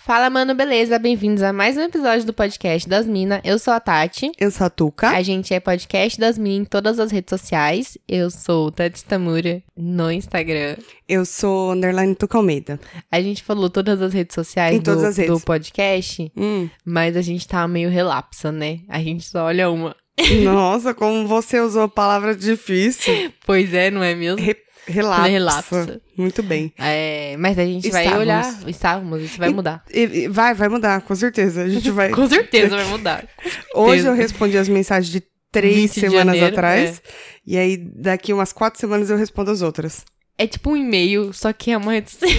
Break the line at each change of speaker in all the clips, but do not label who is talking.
Fala, mano, beleza? Bem-vindos a mais um episódio do podcast das Minas. Eu sou a Tati.
Eu sou a Tuca.
A gente é podcast das Minas em todas as redes sociais. Eu sou Tati Tamura no Instagram.
Eu sou underline Tuca Almeida.
A gente falou todas as redes sociais
Em todas
do,
as redes.
do podcast,
Hum.
mas a gente tá meio relapsa, né? A gente só olha uma.
Nossa, como você usou a palavra difícil.
Pois é, não é mesmo?
Re relapsa.
Relapsa.
Muito bem.
É, mas a gente vai
Estávamos.
olhar. Estávamos, isso vai
E-
mudar.
E- e vai, vai mudar, com certeza. A gente vai.
Com certeza vai mudar.
Hoje eu respondi as mensagens de três
20 de
semanas
janeiro, é.
atrás. E aí, daqui umas quatro semanas, eu respondo as outras.
É tipo um e-mail, só que é uma rede social.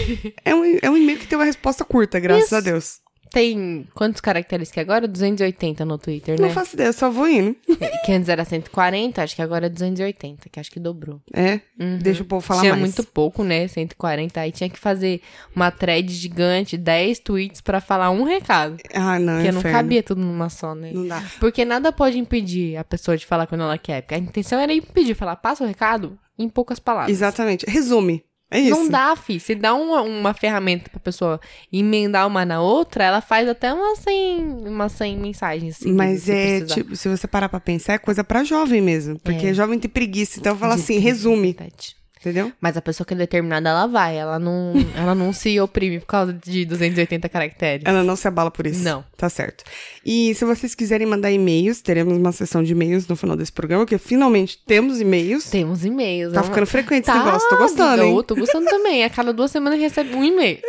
É um, é um e-mail que tem uma resposta curta, graças a Deus.
Tem quantos caracteres que é agora? 280 no Twitter,
Não
né?
faço ideia, eu só vou indo.
Que antes era 140, acho que agora é 280, que acho que dobrou.
É,
Uhum.
deixa o povo falar
tinha
mais.
muito pouco, né? 140. Aí tinha que fazer uma thread gigante, 10 tweets pra falar um recado.
Ah, não,
Porque não
inferno.
cabia tudo numa só, né?
Não dá.
Porque nada pode impedir a pessoa de falar quando ela quer. Porque a intenção era impedir, falar, passa o recado em poucas palavras.
Exatamente. Resume. É isso.
Não dá, fi. Se dá uma, uma ferramenta pra pessoa emendar uma na outra, ela faz até umas 100, umas 100 mensagens. seguidas,
Mas
se
é,
precisar.
tipo, se você parar pra pensar, é coisa pra jovem mesmo. Porque
É.
jovem tem preguiça. Então fala
De
assim, resume,
verdade.
entendeu?
Mas a pessoa que é determinada, ela vai. Ela não, ela não se oprime por causa de 280 caracteres.
Ela não se abala por isso.
Não.
Tá certo. E se vocês quiserem mandar e-mails, teremos uma sessão de e-mails no final desse programa, porque finalmente temos e-mails.
Temos e-mails.
Tá
é uma-
ficando frequente
Tá,
esse negócio. Tô gostando,
amiga,
hein?
eu tô gostando também. A cada duas semanas recebe um e-mail.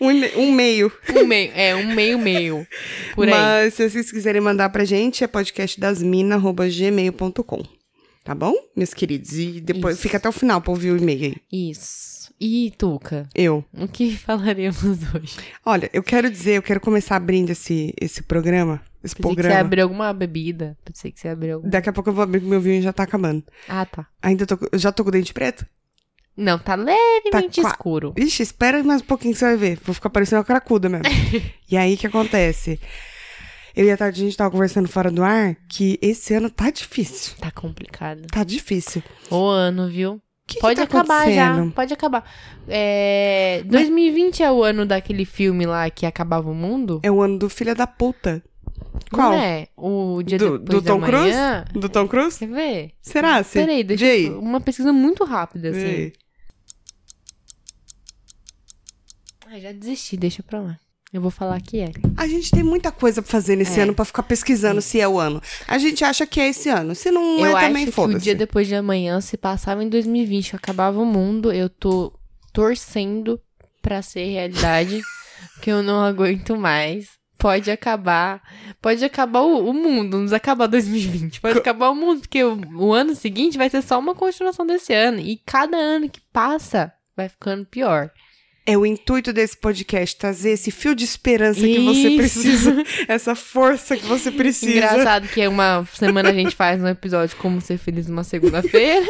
Um e-mail. um e-mail.
Um e-mail. É, um meio-meio. Por aí.
Mas se vocês quiserem mandar pra gente, é podcastdasmina.gmail.com. Tá bom, meus queridos? E depois
Isso.
fica até o final pra ouvir o e-mail aí.
Isso. E, Tuca,
Eu.
o que falaremos hoje?
Olha, eu quero dizer, eu quero começar abrindo esse, esse programa, esse
Pensei que você
programa.
abriu alguma bebida. Pensei que você abriu alguma...
Daqui a pouco eu vou abrir porque meu vinho já tá acabando.
Ah, tá.
Ainda tô, com- eu já tô com o dente preto?
Não, tá levemente
qua-
escuro.
Ixi, espera mais um pouquinho que você vai ver. Vou ficar parecendo uma cracuda mesmo. e aí, o que acontece? Eu e a Tati, a gente tava conversando fora do ar que esse ano tá difícil.
Tá complicado.
Tá difícil.
O ano, viu?
O que que
Pode
tá
acabar já.
acontecendo?
Pode acabar. É, 2020 é o ano daquele filme lá que acabava o mundo?
É o ano do filho da puta. Qual?
Não é? O dia
Do-
depois
do
da
Tom Cruise?
manhã?
Do Tom Cruise?
Quer ver?
Será? Se...
Peraí, deixa
Jay,
eu... Uma pesquisa muito rápida, assim.
Jay.
Ai, já desisti, deixa pra lá. Eu vou falar que é.
A gente tem muita coisa pra fazer nesse
É.
ano pra ficar pesquisando se é o ano. A gente acha que é esse ano. Se não
eu
é,
acho
também
que o dia
foda-se.
depois de amanhã se passava em 2020, que acabava o mundo. Eu tô torcendo pra ser realidade, que eu não aguento mais. Pode acabar. Pode acabar o, o mundo, não precisa acabar 2020. Pode
Co-
acabar o mundo, porque o, o ano seguinte vai ser só uma continuação desse ano. E cada ano que passa vai ficando pior.
É o intuito desse podcast trazer esse fio de esperança que você
Isso.
precisa, essa força que você precisa.
Engraçado que uma semana a gente faz um episódio como ser feliz numa segunda-feira.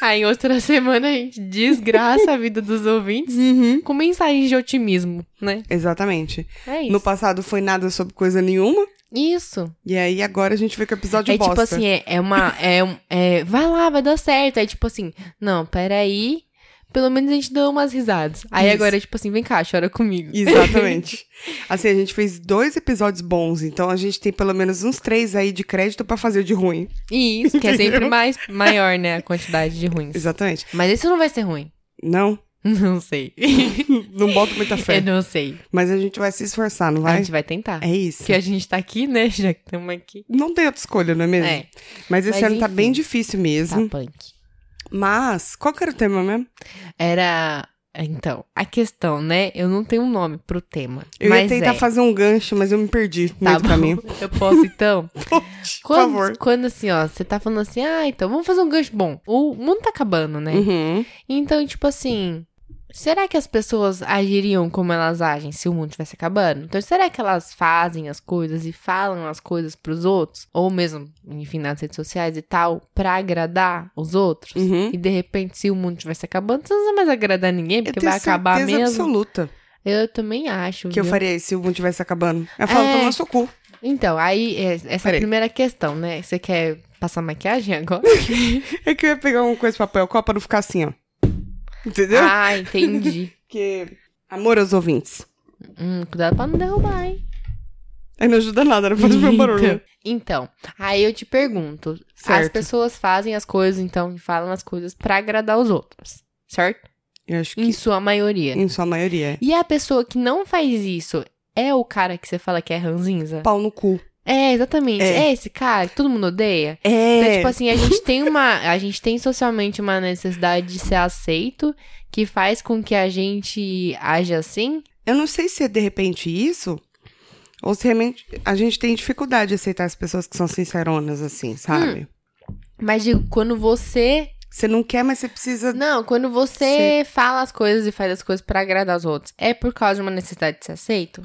Aí outra semana a gente desgraça a vida dos ouvintes
Uhum.
com mensagens de otimismo, né?
Exatamente.
É isso.
No passado foi nada sobre coisa nenhuma.
Isso.
E aí agora a gente vê com o episódio
é tipo
bosta.
assim, é, é uma. É, um- é, vai lá, vai dar certo. É tipo assim, não, peraí. Pelo menos a gente deu umas risadas. Aí
Isso.
agora é tipo assim, vem cá, chora comigo.
Exatamente. assim, a gente fez dois episódios bons, então a gente tem pelo menos uns três aí de crédito pra fazer o de ruim.
E isso, que é sempre mais, maior, né? A quantidade de ruins.
Exatamente.
Mas isso não vai ser ruim.
Não,
Não sei.
não boto muita fé.
Eu não sei.
Mas a gente vai se esforçar, não
A
vai?
gente vai tentar.
É isso.
Porque a gente tá aqui, né? Já que estamos aqui.
Não tem outra escolha, não é mesmo?
É,
Mas esse
Mas
ano tá
enfim.
bem difícil
tá
mesmo.
punk.
Mas, qual que era o tema mesmo?
Era. Então, a questão, né? Eu não tenho um nome pro tema.
Eu
mas
ia tentar
é.
fazer um gancho, mas eu me perdi
Tá
no meio do
bom.
caminho.
Eu posso, então?
Por
Quando,
favor.
quando assim, ó, você tá falando assim, ah, então vamos fazer um gancho bom. O mundo tá acabando, né?
Uhum.
Então, tipo assim, será que as pessoas agiriam como elas agem se o mundo estivesse acabando? Então, será que elas fazem as coisas e falam as coisas pros outros? Ou mesmo, enfim, nas redes sociais e tal, pra agradar os outros?
Uhum.
E de repente, se o mundo estivesse acabando, você não vai mais agradar ninguém,
Eu
porque
tenho
vai acabar
certeza
mesmo.
absoluta
Eu também acho.
que eu
viu?
faria isso se o mundo estivesse acabando. Eu falo,
É.
tomar seu cu.
Então, aí, é- essa é a
Peraí.
primeira questão, né? Você quer passar maquiagem agora?
É que eu ia pegar um coisa de papel copa pra não ficar assim, ó. Entendeu?
ah, entendi.
Porque... Amor aos ouvintes.
Hum, cuidado pra não derrubar, hein?
Aí não ajuda nada, não faz o meu
Então,
barulho.
então, aí eu te pergunto, as
Certo.
pessoas fazem as coisas, então, e falam as coisas pra agradar os outros, certo?
Eu acho
Em
que
sua maioria.
em sua maioria é.
E a pessoa que não faz isso é o cara que você fala que é ranzinza?
Pau no cu.
É, exatamente.
É.
É, esse cara que todo mundo odeia. Então,
É.
tipo assim, a gente tem uma. A gente tem socialmente uma necessidade de ser aceito que faz com que a gente haja assim.
Eu não sei se é de repente isso, ou se realmente a gente tem dificuldade de aceitar as pessoas que são sinceronas, assim,
Hum.
sabe?
Mas digo, quando você.
Você não quer, mas você precisa.
Não, quando você fala as coisas e faz as coisas pra agradar os outros, é por causa de uma necessidade de ser aceito?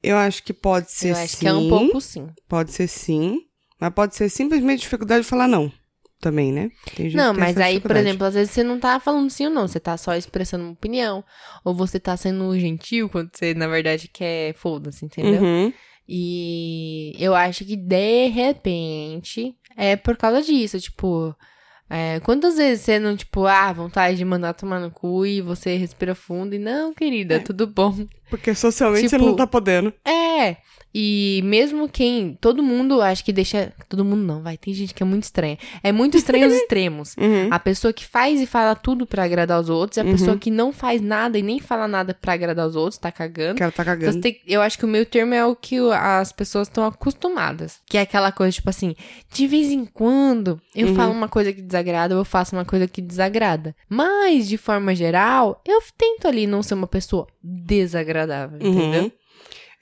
Eu acho que pode ser
Eu acho
sim.
que é um pouco sim.
Pode ser sim. Mas pode ser simplesmente dificuldade de falar não. Também, né? Tem gente que
Não,
tem
mas
essa
aí, por
dificuldade.
exemplo, às vezes você não tá falando sim ou não, você tá só expressando uma opinião. Ou você tá sendo gentil quando você, na verdade, quer foda-se, entendeu?
Uhum.
E eu acho que de repente é por causa disso, tipo. é, quantas vezes você não, tipo, ah, vontade de mandar tomar no cu e você respira fundo e não, querida,
É.
tudo bom.
Porque socialmente você
Tipo-
não tá podendo.
É. E mesmo quem. Todo mundo acho que deixa. Todo mundo não, vai. Tem gente que é muito estranha. É muito estranho os extremos.
Uhum.
A pessoa que faz e fala tudo pra agradar os outros, e a
Uhum.
pessoa que não faz nada e nem fala nada pra agradar os outros, tá cagando.
Cara, tá
Então,
cagando.
você tem- eu acho que o meio termo é o que o- as pessoas estão acostumadas. Que é aquela coisa, tipo assim, de vez em quando eu
Uhum.
falo uma coisa que desagrada ou eu faço uma coisa que desagrada. Mas, de forma geral, eu tento ali não ser uma pessoa desagradável, entendeu?
Uhum.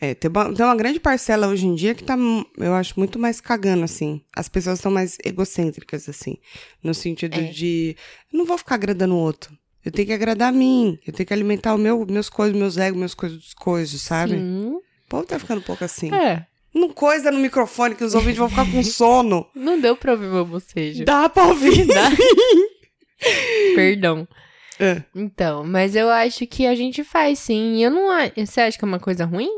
É, tem uma, tem uma grande parcela hoje em dia que tá, mu- eu acho, muito mais cagando, assim. As pessoas são mais egocêntricas, assim. No sentido
É.
de, eu não vou ficar agradando o outro. Eu tenho que agradar a mim. Eu tenho que alimentar o meu, meus coisas, meus egos, meus coisas dos coisas, sabe?
Sim.
O povo tá ficando um pouco assim.
É.
Não coisa no microfone que os ouvintes vão ficar com sono.
Não deu pra ouvir meu bocejo.
Dá pra ouvir.
Dá. né? Perdão.
É.
Então, mas eu acho que a gente faz sim. Eu não a- Você acha que é uma coisa ruim?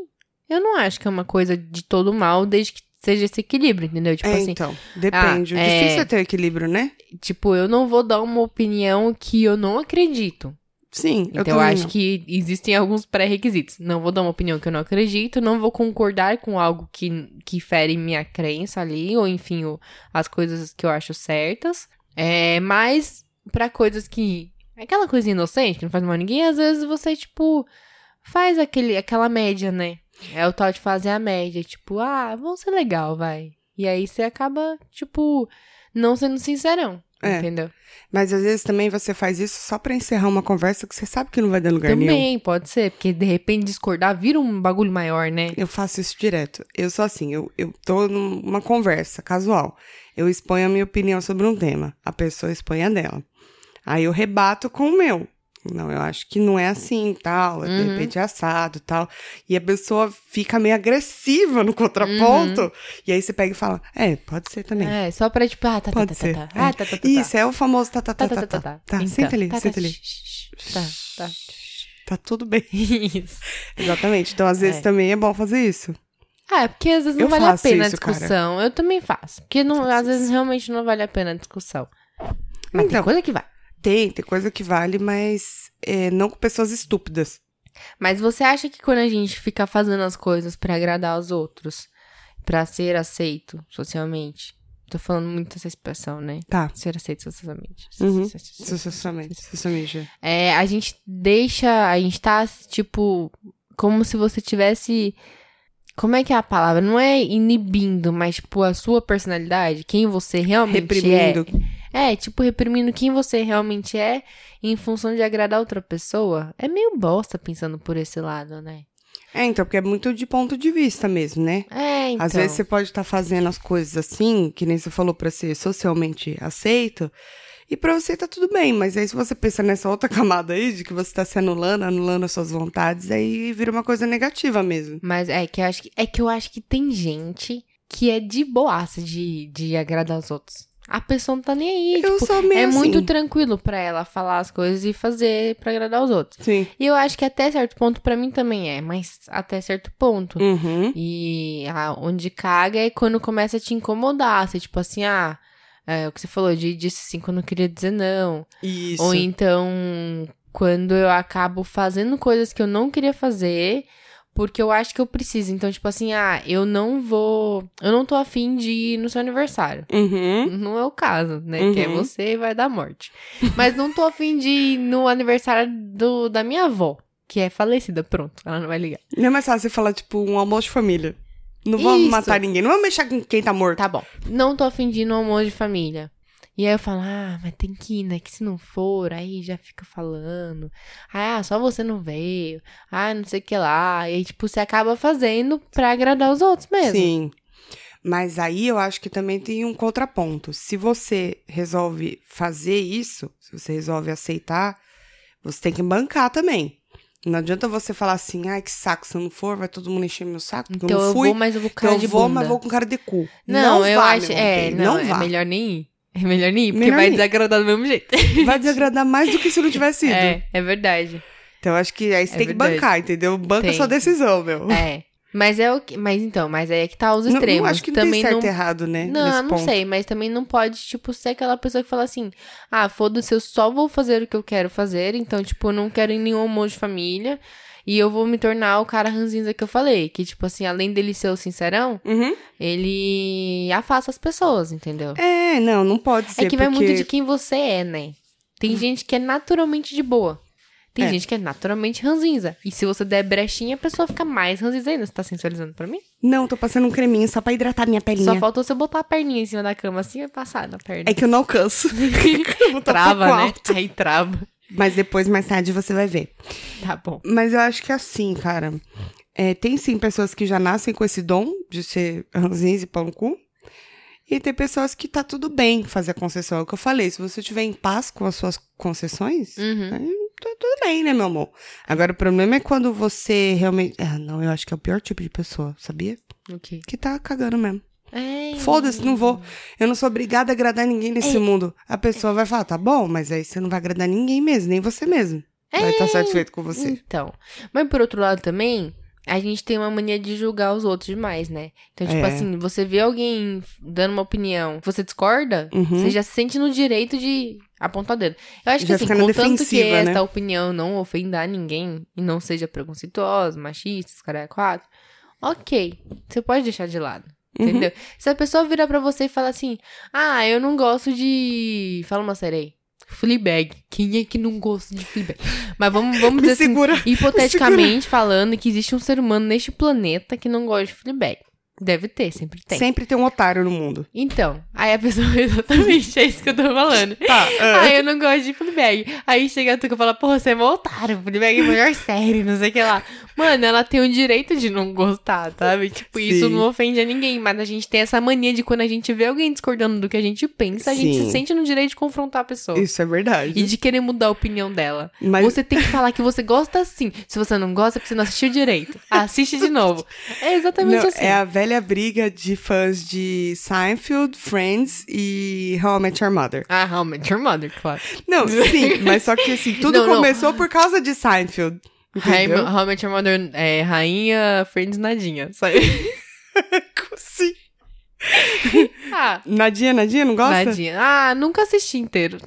Eu não acho que é uma coisa de todo mal, desde que seja esse equilíbrio, entendeu? Tipo
É,
assim,
então, depende.
ah,
o difícil
é-
é ter o equilíbrio, né?
tipo, eu não vou dar uma opinião que eu não acredito.
Sim,
Então,
eu
eu,
também
acho
não.
que existem alguns pré-requisitos. Não vou dar uma opinião que eu não acredito, não vou concordar com algo que, que fere minha crença ali, ou enfim, o- as coisas que eu acho certas. É, mas, pra coisas que. Aquela coisa inocente, que não faz mal a ninguém, às vezes você, tipo, faz aquele, aquela média, né? É o tal de fazer a média. Tipo, ah, vamos ser legal, vai. E aí você acaba, tipo, não sendo sincerão.
É.
Entendeu?
Mas às vezes também você faz isso só pra encerrar uma conversa que você sabe que não vai dar lugar nenhum.
Também, pode ser, porque de repente discordar vira um bagulho maior, né?
Eu faço isso direto. Eu sou assim, eu, eu tô numa conversa casual. Eu exponho a minha opinião sobre um tema. A pessoa expõe a dela. Aí eu rebato com o meu. Não, eu acho que não é assim, tal. é De
Uhum.
repente é assado, tal. E a pessoa fica meio agressiva no contraponto. E aí você pega e fala, é, pode ser também.
Uhum. É, só pra tipo, ah, tá, tá,
Pode
tá,
ser,
tá, tá.
é.
Ah, tá, tá, tá.
Isso, é o famoso tá, tá,
tá,
tá, tá, tá.
tá.
Tá, senta ali, senta ali.
shh, shh, shh, Tá, tá.
Tá tudo bem.
Isso.
Exatamente. Então, às vezes,
É.
também é bom fazer isso.
Ah, é porque às vezes não
Eu
vale a
faço
pena a
isso, cara.
discussão. Eu também faço. Porque não,
Faço
às vezes
isso.
realmente não vale a pena a discussão. Mas tem
Então.
coisa que vai.
Tem, tem coisa que vale, mas é, não com pessoas estúpidas.
Mas você acha que quando a gente fica fazendo as coisas pra agradar os outros, pra ser aceito socialmente, tô falando muito essa expressão, né?
Tá.
Ser aceito socialmente.
Uhum. Socialmente, socialmente.
É, a gente deixa, a gente tá, tipo, como se você tivesse. Como é que é a palavra? Não é inibindo, mas, tipo, a sua personalidade, quem você realmente
Reprimindo.
é. É, tipo, reprimindo quem você realmente é em função de agradar outra pessoa. É meio bosta pensando por esse lado, né?
É, então, porque é muito de ponto de vista mesmo, né?
É, então.
Às vezes você pode estar fazendo as coisas assim, que nem você falou, pra ser socialmente aceito, e pra você tá tudo bem, mas aí se você pensa nessa outra camada aí, de que você tá se anulando, anulando as suas vontades, aí vira uma coisa negativa mesmo.
Mas é que eu acho que, é que eu acho que tem gente que é de boaça de, de agradar os outros. A pessoa não tá nem aí,
eu
tipo,
sou meio
É
assim.
muito tranquilo pra ela falar as coisas e fazer pra agradar os outros.
Sim.
E eu acho que até certo ponto pra mim também é, mas até certo ponto.
Uhum.
E a- onde caga é quando começa a te incomodar, você tipo assim, ah, é, o que você falou de disse sim quando eu queria dizer não.
Isso.
Ou então quando eu acabo fazendo coisas que eu não queria fazer Porque eu acho que eu preciso. Então, tipo assim, ah, eu não vou. Eu não tô afim de ir no seu aniversário.
Uhum.
Não é o caso, né?
Uhum.
Que é você e vai dar morte. Mas não tô afim de ir no aniversário do, da minha avó, que é falecida. Pronto, ela não vai ligar.
Não é mais fácil você falar, tipo, um almoço de família. Não vamos
Isso.
matar ninguém, não vamos mexer com quem tá morto.
Tá bom. Não tô afim de ir no almoço de família. E aí eu falo, ah, mas tem que ir, né? Que se não for, aí já fica falando. Ah, só você não veio. Ah, não sei o que lá. E aí, tipo, você acaba fazendo pra agradar os outros mesmo.
Sim. Mas aí eu acho que também tem um contraponto. Se você resolve fazer isso, se você resolve aceitar, você tem que bancar também. Não adianta você falar assim, ai, que saco, se eu não for, vai todo mundo encher meu saco, porque
Então
eu não
eu
fui.
vou, mas eu vou com
então
cara
eu
de
vou,
bunda.
mas vou com cara de cu.
Não, eu
vá,
acho.
meu
É,
bem,
não,
não,
é
vá.
melhor nem ir. É melhor nem ir, porque
Melhor
vai
nem ir.
desagradar do mesmo jeito.
Vai desagradar mais do que se não tivesse ido.
É, é verdade.
Então eu acho que aí você
É
tem
verdade.
que bancar, entendeu? Banca
Tem.
sua decisão, meu.
É. Mas é o que. Mas então, mas aí é que tá os
Não- não
extremos.
acho que não
também
tem certo
não
e errado, né?
Não,
nesse
não
ponto.
sei, mas também não pode, tipo, ser aquela pessoa que fala assim: ah, foda-se, eu só vou fazer o que eu quero fazer, então, tipo, eu não quero ir em nenhum almoço de família e eu vou me tornar o cara ranzinza que eu falei. Que, tipo, assim, além dele ser o sincerão,
Uhum.
ele afasta as pessoas, entendeu?
É, não, não pode
É,
ser.
que vai
porque-
muito de quem você é, né? Tem gente que é naturalmente de boa. Tem
É.
gente que é naturalmente ranzinza. E se você der brechinha, a pessoa fica mais ranzinza ainda. Você tá sensualizando pra mim?
Não, tô passando um creminho só pra hidratar minha pelinha.
Só faltou você botar a perninha em cima da cama assim e passar na perna.
É que eu não alcanço. Eu tô
Trava,
um pouco
né?
alto.
Aí trava.
Mas depois, mais tarde, você vai ver.
Tá bom.
Mas eu acho que é assim, cara. É, tem sim pessoas que já nascem com esse dom de ser ranzinhas e pão no cu. E tem pessoas que tá tudo bem fazer a concessão. É o que eu falei. Se você estiver em paz com as suas concessões,
Uhum.
aí tá tudo bem, né, meu amor? Agora, o problema é quando você realmente. Ah, não, eu acho que é o pior tipo de pessoa, sabia?
Ok.
Que tá cagando mesmo.
É.
Foda-se, não vou. Eu não sou obrigada a agradar ninguém nesse
É.
mundo. A pessoa vai falar, tá bom, mas aí você não vai agradar ninguém mesmo, nem você mesmo.
É.
Vai estar satisfeito com você.
Então. Mas por outro lado também, a gente tem uma mania de julgar os outros demais, né? Então, tipo
É.
assim, você vê alguém dando uma opinião, você discorda,
Uhum.
você já se sente no direito de apontar o dedo. Eu acho que
Já
assim,
fica na
contanto que
defensiva, né?
esta opinião não ofenda ninguém e não seja preconceituosa, machista, esse cara é quatro, ok. Você pode deixar de lado.
Uhum.
Entendeu? Se a pessoa virar pra você e falar assim, ah, eu não gosto de. Fala uma série aí. Fleabag. Quem é que não gosta de Fleabag? Mas vamos, vamos
Me
dizer assim,
segura.
hipoteticamente falando, que existe um ser humano neste planeta que não gosta de Fleabag. Deve ter, sempre tem.
Sempre tem um otário no mundo.
Então, aí a pessoa, exatamente, é isso que eu tô falando.
Tá.
Ah, eu não gosto de Fleabag. Aí chega a Tuca e fala, porra, você é mó otário, Fleabag é a melhor série, não sei o que lá. Mano, ela tem o direito de não gostar, sabe? Tipo, isso
Sim.
não ofende a ninguém, mas a gente tem essa mania de quando a gente vê alguém discordando do que a gente pensa, a gente
Sim.
se sente no direito de confrontar a pessoa.
Isso é verdade.
E de querer mudar a opinião dela.
Mas
Você tem que falar que você gosta sim. Se você não gosta, é porque você não assistiu direito. Assiste de novo. É exatamente
não,
assim.
é a velha briga de fãs de Seinfeld, Friends e How I Met Your Mother.
Ah, How I Met Your Mother, claro.
Não, sim, mas só que assim, tudo
Não, não.
começou por causa de Seinfeld. Entendeu?
How I Met Your Mother é rainha, Friends nadinha, sabe?
Sim.
Ah,
Nadinha, Nadinha, não gosta?
Nadinha. Ah, nunca assisti inteiro.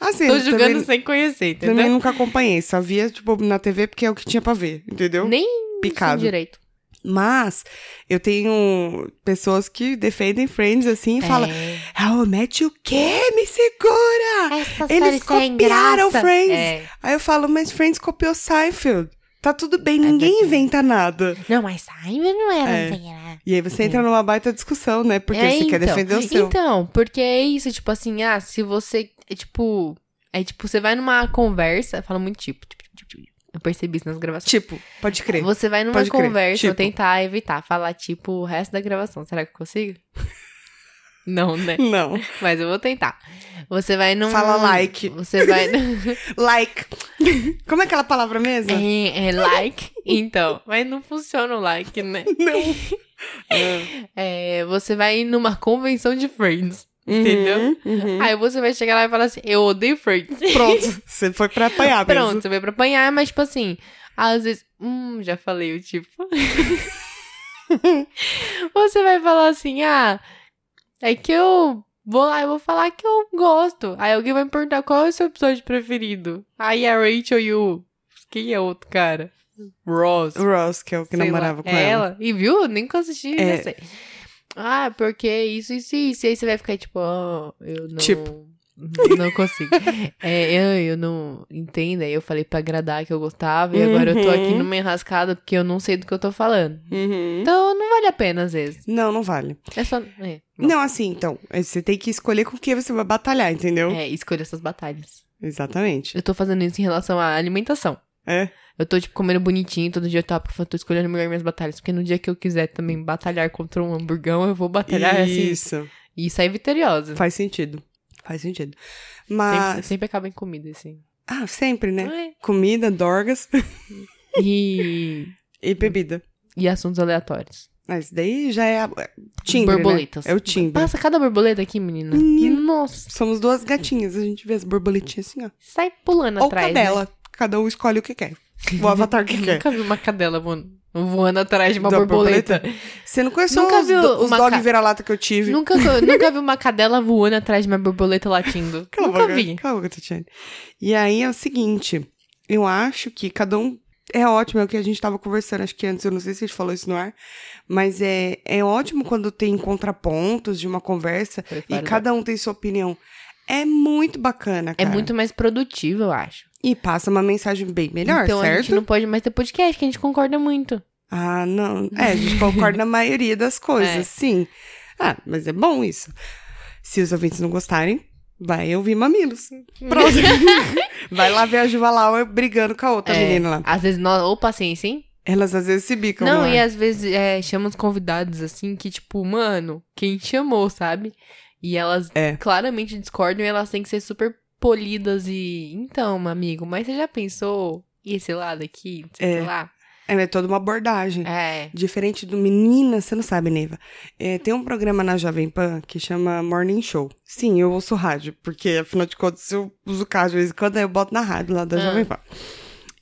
Assim,
Tô
eu
julgando né?
também-
sem conhecer, entendeu?
Também nunca acompanhei, só via, tipo, na TV porque é o que tinha pra ver, entendeu?
Nem
Picado.
sei direito.
Mas eu tenho pessoas que defendem Friends assim e falam:
É.
How I Met You, que? Me segura!
Essa
Eles
série sem
copiaram
graça.
Friends.
É.
Aí eu falo: Mas Friends copiou Seinfeld. Tá tudo bem, ninguém
É verdade.
inventa nada.
Não, mas Simon não era
É.
sem graça.
E aí você entra numa baita discussão, né? Porque
É,
você quer defender o seu.
Então, porque é isso, tipo assim, ah, se você, é tipo, é tipo, você vai numa conversa, fala muito tipo, tipo, tipo, tipo, tipo. eu percebi isso nas gravações.
Tipo, pode crer.
Você vai numa
Pode crer,
conversa, eu vou
tipo.
tentar evitar falar tipo o resto da gravação. Será que eu consigo? Não, né?
Não.
Mas eu vou tentar. Você vai num.
Fala like.
Você vai. num-
Like. Como é aquela palavra mesmo?
é, é like. Então. Mas não funciona o like, né?
Não. Ah.
É, você vai numa convenção de friends. Entendeu?
Uhum, uhum.
Aí você vai chegar lá e falar assim: Eu odeio friends.
Pronto. Você foi pra apanhar mesmo.
Pronto, você veio pra apanhar, mas tipo assim, às vezes. Hum, já falei o tipo. você vai falar assim, ah, é que eu vou lá e vou falar que eu gosto. Aí alguém vai me perguntar qual é o seu episódio preferido. Aí a Rachel e o. Quem é outro cara? Ross.
O Ross, que é o que
sei
namorava
lá,
com
é
ela.
E viu? Nem que eu assisti,
É.
já sei. Ah, porque isso, isso, isso. E aí você vai ficar tipo, ah, eu não.
Tipo.
Não consigo. É, eu, eu não entendo. Aí eu falei pra agradar que eu gostava. E agora eu tô aqui
Uhum.
numa enrascada porque eu não sei do que eu tô falando.
Uhum.
Então não vale a pena, às vezes.
Não, não vale.
É só. É, bom.
Não, assim, então, você tem que escolher com quem você vai batalhar, entendeu?
é escolha essas batalhas.
Exatamente.
Eu tô fazendo isso em relação à alimentação.
É.
Eu tô, tipo, comendo bonitinho todo dia, eu tava, eu tô escolhendo melhor minhas batalhas. Porque no dia que eu quiser também batalhar contra um hamburgão, eu vou batalhar assim.
Isso.
E sair vitoriosa.
Faz sentido. Faz sentido.
Sempre,
Mas.
sempre acaba em comida, assim.
Ah, sempre, Ah, né?
É.
Comida, dorgas
E,
e bebida.
e assuntos aleatórios.
Mas daí já é a... é timbre. né?
Borboletas.
É o timbre.
Passa cada borboleta aqui, menina.
Menino.
Nossa,
Somos duas gatinhas, a gente vê as borboletinhas assim, ó.
sai pulando
Ou
atrás.
cadela. Cada um escolhe o que quer. O avatar
Né?
que
Eu
quer.
nunca vi uma cadela voando, voando atrás de uma
Da
borboleta.
Você não conheceu
Nunca
os,
viu
do- os
uma
dog
ca-
vira-lata que eu tive?
Nunca, nunca vi uma cadela voando atrás de uma borboleta latindo.
Cala a
nunca
boca,
vi.
Cala a boca, Tatiane. E aí é o seguinte, eu acho que cada um é ótimo, é o que a gente tava conversando, acho que antes, eu não sei se a gente falou isso no ar, mas é, é ótimo quando tem contrapontos de uma conversa e cada um tem sua opinião. É muito bacana,
É
cara.
muito mais produtivo, eu acho.
E passa uma mensagem bem melhor,
então a gente
certo?
não pode mais ter podcast, que a gente concorda muito.
Ah, não. É, a gente concorda na maioria das coisas,
É.
sim. Ah, mas é bom isso. Se os ouvintes não gostarem, vai ouvir Mamilos. Pronto. vai lá ver a Juva Lauer brigando com a outra
É,
menina lá.
Às vezes nós. Ô, paciência, hein?
Elas às vezes se bicam.
Não,
lá.
e às vezes é, chama os convidados assim que, tipo, mano, quem chamou, sabe? E elas
É.
claramente discordam e elas têm que ser super polidas e. Então, meu amigo, mas você já pensou e esse lado aqui, não sei
É.
lá?
É, é toda uma abordagem.
É.
Diferente do Menina, você não sabe, Neiva. É, tem um programa na Jovem Pan que chama Morning Show. Sim, eu ouço rádio, porque afinal de contas eu uso carro de vez em quando, aí eu boto na rádio lá da
Ah.
Jovem Pan.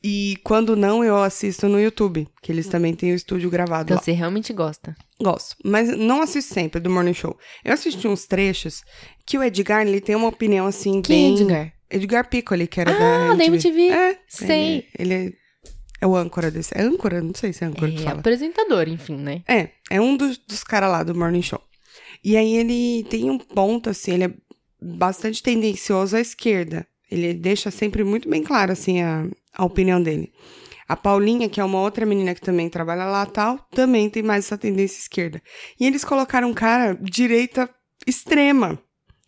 E quando não, eu assisto no YouTube, que eles também têm o estúdio gravado
Então
lá.
você realmente gosta.
Gosto, mas não assisto sempre do Morning Show. Eu assisti uns trechos que o Edgar, ele tem uma opinião assim,
Quem é
bem...
Edgar?
Edgar Pico, ele que era
Ah, da MTV.
É,
Sei.
Ele, ele é, é o âncora desse. É âncora? Não sei se é âncora que
É,
fala.
apresentador, enfim, né?
É, é um dos, dos caras lá do Morning Show. E aí ele tem um ponto, assim, ele é bastante tendencioso à esquerda. Ele deixa sempre muito bem claro, assim, a, a opinião dele. A Paulinha, que é uma outra menina que também trabalha lá tal, também tem mais essa tendência esquerda. E eles colocaram um cara direita extrema,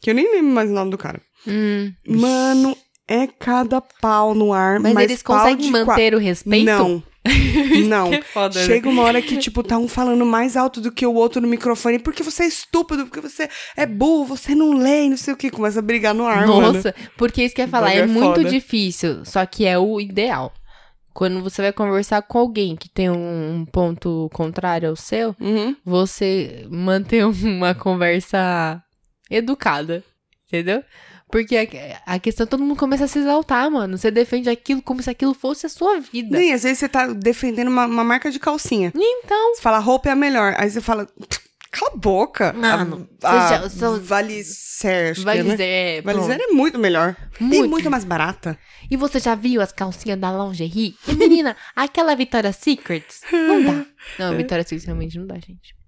que eu nem lembro mais o nome do cara.
Hum.
Mano, é cada pau no ar.
Mas, eles
pau
conseguem
de qua-
manter o respeito?
Não. Não.
Que é foda, né?
Chega uma hora que, tipo, tá um falando mais alto do que o outro no microfone, porque você é estúpido, porque você é burro, você não lê, e não sei o que. Começa a brigar no ar, mano.
Nossa, porque isso que eu ia
O
falar, é,
bagulho é
muito
foda.
difícil, só que é o ideal. Quando você vai conversar com alguém que tem um, um ponto contrário ao seu,
Uhum.
você manter uma conversa educada, entendeu? Porque a, a questão, é todo mundo começa a se exaltar, mano. Você defende aquilo como se aquilo fosse a sua vida.
Nem, às vezes você tá defendendo uma, uma marca de calcinha.
Então,
Você fala, roupa é a melhor. Aí você fala, cala a boca.
Mano,
a,
você
a,
já- só-
Vale Ser, acho
vai
que é, né?
dizer, é,
Vale
pronto.
Ser é muito melhor. E
Muito.
muito mais barata.
E você já viu as calcinhas da lingerie? E menina, aquela Vitória Secrets? Não dá.
É.
Não, Vitória Secrets realmente não dá, gente.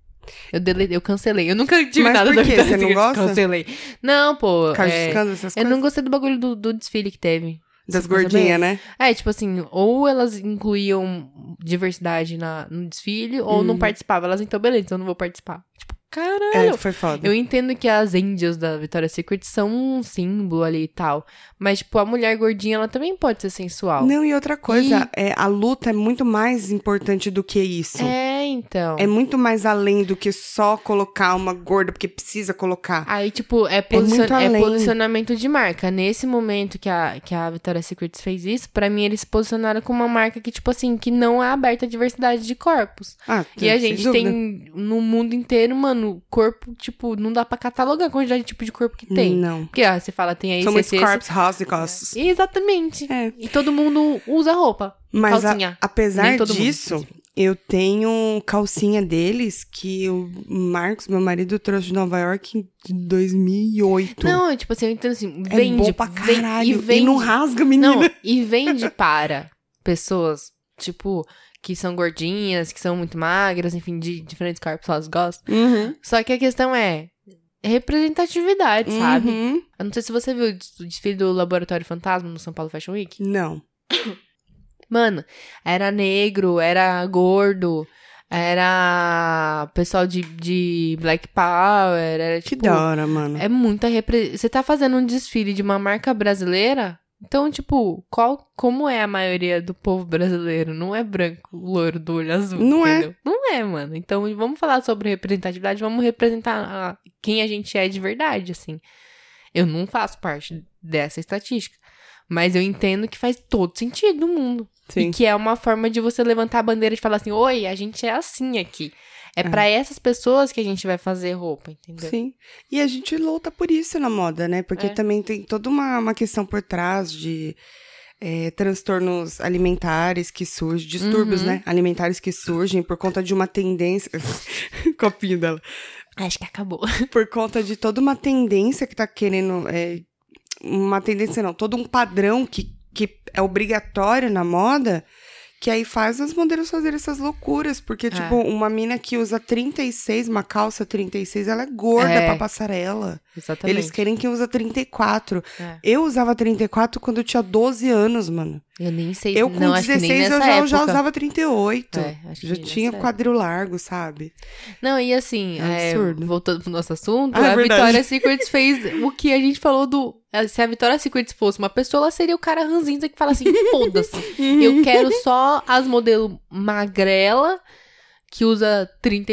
Eu deletei, eu cancelei. Eu nunca tive
Mas
nada
por
da
quê?
Vitória
Você não
Secrets.
gosta?
Cancelei. Não, pô.
Caixa de
é,
escândalo, essas
eu
coisas.
não gostei do bagulho do, do desfile que teve.
Das
Você gosta
gordinhas, né?
É, tipo assim, ou elas incluíam diversidade na, no desfile, ou
Uhum.
não participavam. Elas, então, beleza, então eu não vou participar. Tipo, caralho.
É, foi foda.
Eu entendo que as angels da Vitória Secret são um símbolo ali e tal. Mas, tipo, a mulher gordinha, ela também pode ser sensual.
Não, e outra coisa, é, a luta é muito mais importante do que isso. É.
É, então.
muito mais além do que só colocar uma gorda, porque precisa colocar.
Aí, tipo, é,
muito
posicion- é
além.
posicionamento de marca. Nesse momento que a, que a Victoria's Secret fez isso, pra mim eles se posicionaram como uma marca que, tipo assim, que não é aberta à diversidade de corpos.
Ah,
e a
sem
gente
dúvida.
tem no mundo inteiro, mano, corpo, tipo, não dá pra catalogar a quantidade de tipo de corpo que tem.
Não.
Porque, ah, você fala, tem aí
Hum. São muitos
esse, esse,
corpos rasgos.
Exatamente.
É.
E todo mundo usa roupa.
Mas a-
calcinha. Nem
apesar
todo mundo.
disso, eu tenho calcinha deles que o Marcos, meu marido, trouxe de Nova York em 2008.
Não, é tipo assim, eu entendo assim,
é
vende.
bom pra
vem-
caralho.
e vende
não rasga, menina.
Não, e vende para pessoas tipo, que são gordinhas, que são muito magras, enfim, de diferentes corpos elas gostam.
Uhum.
Só que a questão é representatividade, sabe?
Uhum.
Eu não sei se você viu o desfile do Laboratório Fantasma no São Paulo Fashion Week.
Não.
Mano, era negro, era gordo, era pessoal de, de Black Power, era
Que
tipo.
da hora, mano.
É muita representação. Você tá fazendo um desfile de uma marca brasileira? Então, tipo, qual, como é a maioria do povo brasileiro? Não é branco, loiro, do olho azul.
Não é.
entendeu? Não é, mano. Então, vamos falar sobre representatividade, vamos representar a- quem a gente é de verdade, assim. Eu não faço parte dessa estatística. Mas eu entendo que faz todo sentido no mundo. E
Sim.
que é uma forma de você levantar a bandeira e falar assim: oi, a gente é assim aqui. É
É.
pra essas pessoas que a gente vai fazer roupa, entendeu?
Sim. E a gente luta por isso na moda, né? Porque
É.
também tem toda uma, uma questão por trás de é, transtornos alimentares que surgem, distúrbios,
Uhum.
né? Alimentares que surgem por conta de uma tendência. Copinho dela.
Acho que acabou.
por conta de toda uma tendência que tá querendo. é, uma tendência não, todo um padrão que, que é obrigatório na moda, que aí faz as modelos fazerem essas loucuras. Porque,
É.
tipo, uma mina que usa 36, uma calça 36, ela é gorda
É.
pra passarela.
Exatamente.
Eles querem que usa 34.
É.
Eu usava 34 quando eu tinha 12 anos, mano.
Eu nem sei
Eu
se
com
não, acho que nem
16 eu
nessa
já, eu já
época.
usava 38.
É, acho que
já
nem
tinha
nessa
quadril largo, sabe?
Não, e assim,
É
é,
absurdo.
voltando pro nosso assunto,
Ah, é
a
verdade.
Vitória Secrets fez o que a gente falou do. é, Se a Vitória Secrets fosse uma pessoa, ela seria o cara ranzinza que fala assim: foda-se, eu quero só as modelo magrela, que usa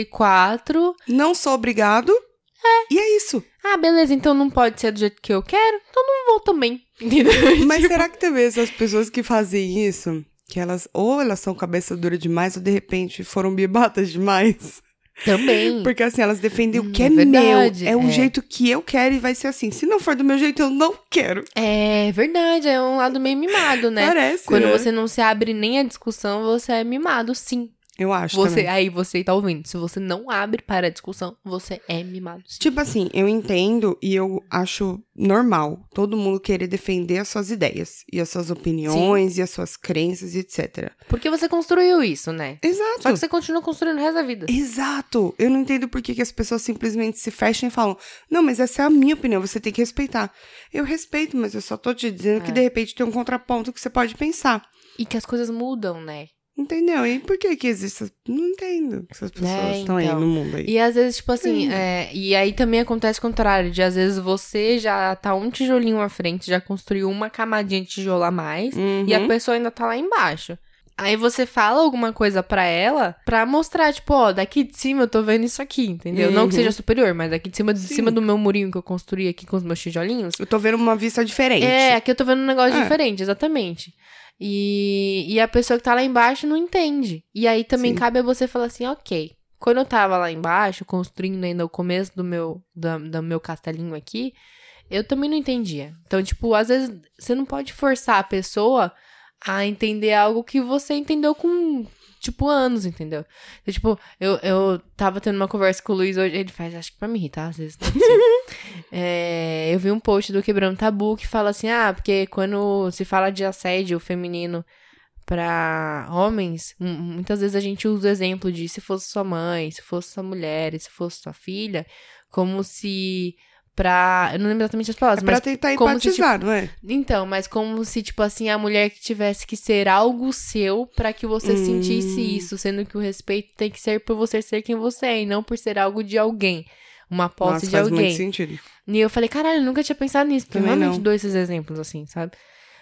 34.
Não sou obrigado. É. E é isso.
Ah, beleza, então não pode ser do jeito que eu quero, então não vou também. Entendeu? Tipo,
Mas será que também essas pessoas que fazem isso, que elas ou elas são cabeça dura demais ou de repente foram bibatas demais?
Também.
é Porque assim, elas defendem o
Hum,
que é,
é verdade,
meu, é o
é.
jeito que eu quero e vai ser assim. Se não for do meu jeito, eu não quero.
É verdade, é um lado meio mimado, né?
Parece.
Quando
né?
você não se abre nem à discussão, você é mimado, sim.
Eu acho
Você,
também.
aí você tá ouvindo. Se você não abre para a discussão, você é mimado. Sim.
Tipo assim, eu entendo e eu acho normal todo mundo querer defender as suas ideias e as suas opiniões e as suas crenças e etc.
Porque você construiu isso, né?
Exato.
Só que você continua construindo o resto da vida.
Exato! Eu não entendo por que, que as pessoas simplesmente se fecham e falam: Não, mas essa é a minha opinião, você tem que respeitar. Eu respeito, mas eu só tô te dizendo que
É.
de repente tem um contraponto que você pode pensar.
E que as coisas mudam, né?
Entendeu? E por que que existe? essa- Não entendo que essas pessoas
É,
estão aí
então.
no mundo aí.
E às vezes, tipo assim,
Hum.
é, e aí também acontece o contrário, de às vezes você já tá um tijolinho à frente, já construiu uma camadinha de tijolo a mais,
Uhum.
e a pessoa ainda tá lá embaixo. Aí você fala alguma coisa pra ela pra mostrar, tipo, ó, daqui de cima eu tô vendo isso aqui, entendeu? Não que
Uhum.
seja superior, mas daqui de cima, de
Sim.
cima do meu murinho que eu construí aqui com os meus tijolinhos.
Eu tô vendo uma vista diferente.
É, aqui eu tô vendo um negócio
É.
diferente, exatamente. E, e a pessoa que tá lá embaixo não entende. E aí também
Sim.
cabe a você falar assim, ok. Quando eu tava lá embaixo, construindo ainda o começo do meu, da- do meu castelinho aqui, eu também não entendia. Então, tipo, às vezes você não pode forçar a pessoa a entender algo que você entendeu com, tipo, anos, entendeu? Então, tipo, eu, eu tava tendo uma conversa com o Luiz hoje, ele faz, acho que pra me irritar, às vezes. não sei. É, eu vi um post do Quebrando Tabu que fala assim, ah, porque quando se fala de assédio feminino pra homens, mu- muitas vezes a gente usa o exemplo de se fosse sua mãe, se fosse sua mulher, e se fosse sua filha, como se pra... Eu não lembro exatamente as
É
palavras, mas
pra tentar
como se,
empatizar, não é?
então, mas como se, tipo assim, a mulher que tivesse que ser algo seu pra que você
Hum.
sentisse isso, sendo que o respeito tem que ser por você ser quem você é e não por ser algo de alguém, uma posse
Nossa,
de
faz muito
alguém.
sentido.
E eu falei, caralho, eu nunca tinha pensado nisso, porque eu
Também
realmente
não.
dou esses exemplos assim, sabe?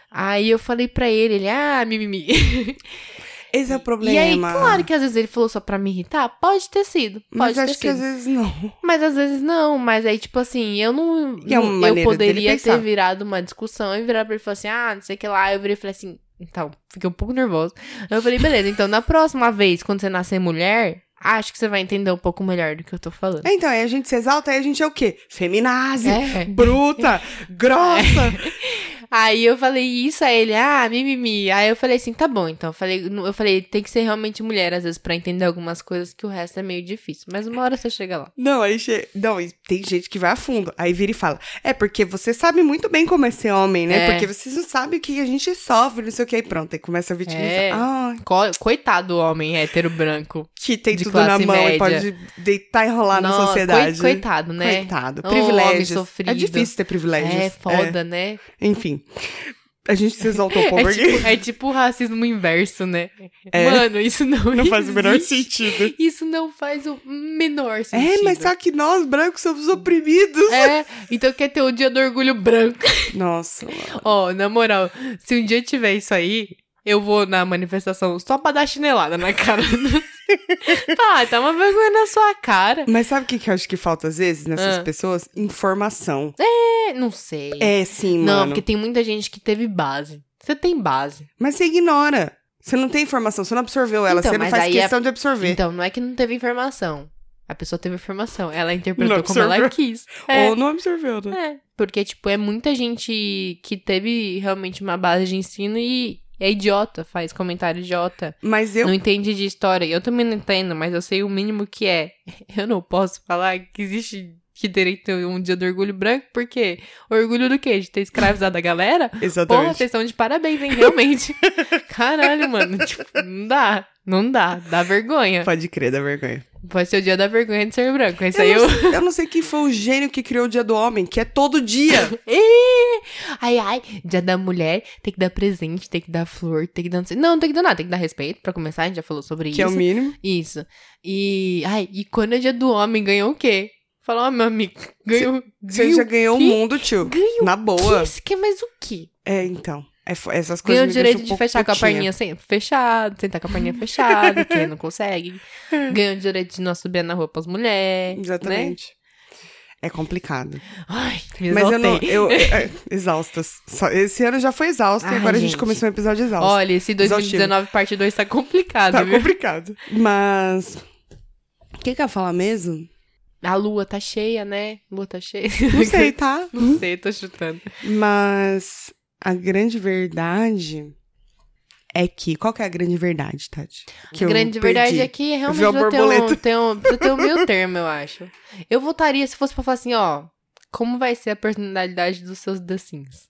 Aí eu falei pra ele, ele, ah, mimimi.
Esse é o problema.
E aí, claro que às vezes ele falou só pra me irritar, pode ter sido, pode
Mas
ter
acho
sido.
que às vezes não.
Mas às vezes não, mas aí, tipo assim, eu não.
E é
não- eu
uma maneira dele
poderia
pensar.
ter virado uma discussão e virar pra ele e falar assim, ah, não sei o que lá. Eu virei e falei assim, então, fiquei um pouco nervosa. Eu falei, beleza, então na próxima vez, quando você nascer mulher, acho que você vai entender um pouco melhor do que eu tô falando.
Então, aí a é gente se exalta, aí a gente é o quê? Feminazi,
É.
bruta, grossa.
Aí eu falei isso, aí ele, ah, mimimi. Aí eu falei assim, tá bom, então. Eu falei, eu falei, tem que ser realmente mulher, às vezes, pra entender algumas coisas que o resto é meio difícil. Mas uma hora você chega lá.
Não, aí che... Não, e tem gente que vai a fundo. Aí vira e fala: É porque você sabe muito bem como é ser homem, né?
É.
Porque vocês não sabem o que a gente sofre, não sei o que. Aí pronto, aí começa a vitimizar.
É.
Ah,
Co- Coitado do homem hétero branco.
que tem
De
tudo na
classe
mão
média.
e pode deitar e rolar na
Nossa,
sociedade.
coi- Coitado, né?
Coitado.
Ô, homem
Privilégios.
sofrido.
É difícil ter privilégios.
É foda, né?
É. Enfim. A gente se exaltou um pouco
É
porque
tipo, é tipo o racismo inverso, né?
É.
Mano, isso não
não faz o menor
existe.
sentido.
Isso não faz o menor sentido.
É, mas só que nós, brancos, somos oprimidos.
É, então quer ter o dia do orgulho branco.
Nossa.
Ó, na moral, se um dia tiver isso aí, eu vou na manifestação só pra dar chinelada na cara. ah, tá uma vergonha na sua cara.
Mas sabe o que, que eu acho que falta às vezes nessas
Ah.
pessoas? Informação.
É, não sei.
É, sim,
não,
mano.
porque tem muita gente que teve base. Você tem base.
Mas você ignora. Você não tem informação, você não absorveu ela,
Então,
você não
mas
faz
aí é-
questão de absorver.
Então, não é que não teve informação. A pessoa teve informação. Ela interpretou
Não
como ela
absorveu.
quis. É.
Ou não absorveu, né?
É, porque, tipo, é muita gente que teve realmente uma base de ensino e é idiota, faz comentário idiota.
Mas eu.
Não entende de história. Eu também não entendo, mas eu sei o mínimo que é. Eu não posso falar que existe que direito a um dia do orgulho branco, porque orgulho do quê? De ter escravizado a galera? Porra,
Exatamente.
vocês estão de parabéns, hein? Realmente. Caralho, mano. Tipo, não dá. Não dá. Dá vergonha.
Pode crer, dá vergonha.
Pode ser o dia da vergonha de ser branco. Isso
Eu,
aí eu.
Não, sei- eu não sei quem foi o gênio que criou o Dia do Homem, que é todo dia.
Ih! Ai, ai, dia da mulher, tem que dar presente, tem que dar flor, tem que dar. Não, sei- não não tem que dar nada, tem que dar respeito, pra começar, a gente já falou sobre
que é o
isso.
mínimo.
Isso. E. Ai, e quando é dia do homem, ganhou o quê? Falou, ó, meu amigo, ganhou.
Você
ganhou
já ganhou o
que-
mundo, tio.
ganhou
Na boa.
Que, que, mas o quê?
É, então. É fo- essas coisas.
Ganhou o
me
direito
deixam um
de
pouco
fechar com a
putinha.
perninha sem, fechada, sentar com a perninha fechada, quem não consegue. Ganhou o direito de não subir na rua pras mulheres. Né?
Exatamente. É complicado.
Ai, me
Mas eu não.
exaltei.
Eu, é, exaustas. Só- Esse ano já foi exausto e
Ai,
agora a gente
gente.
começou um episódio exausto.
Olha, esse 2019 parte 2 tá complicado,
Tá
viu?
complicado. Mas. O que, que eu ia falar mesmo?
A lua tá cheia, né? Lua tá cheia.
Não sei, tá?
Não sei, tô chutando.
Mas a grande verdade é que. Qual que é a grande verdade, Tati? Que
a
eu
grande verdade
perdi.
é que realmente
vi uma
eu tenho,
borboleta.
um- tenho, um- eu tenho um meio termo, eu acho. Eu votaria se fosse pra falar assim, ó, como vai ser a personalidade dos seus The Sims?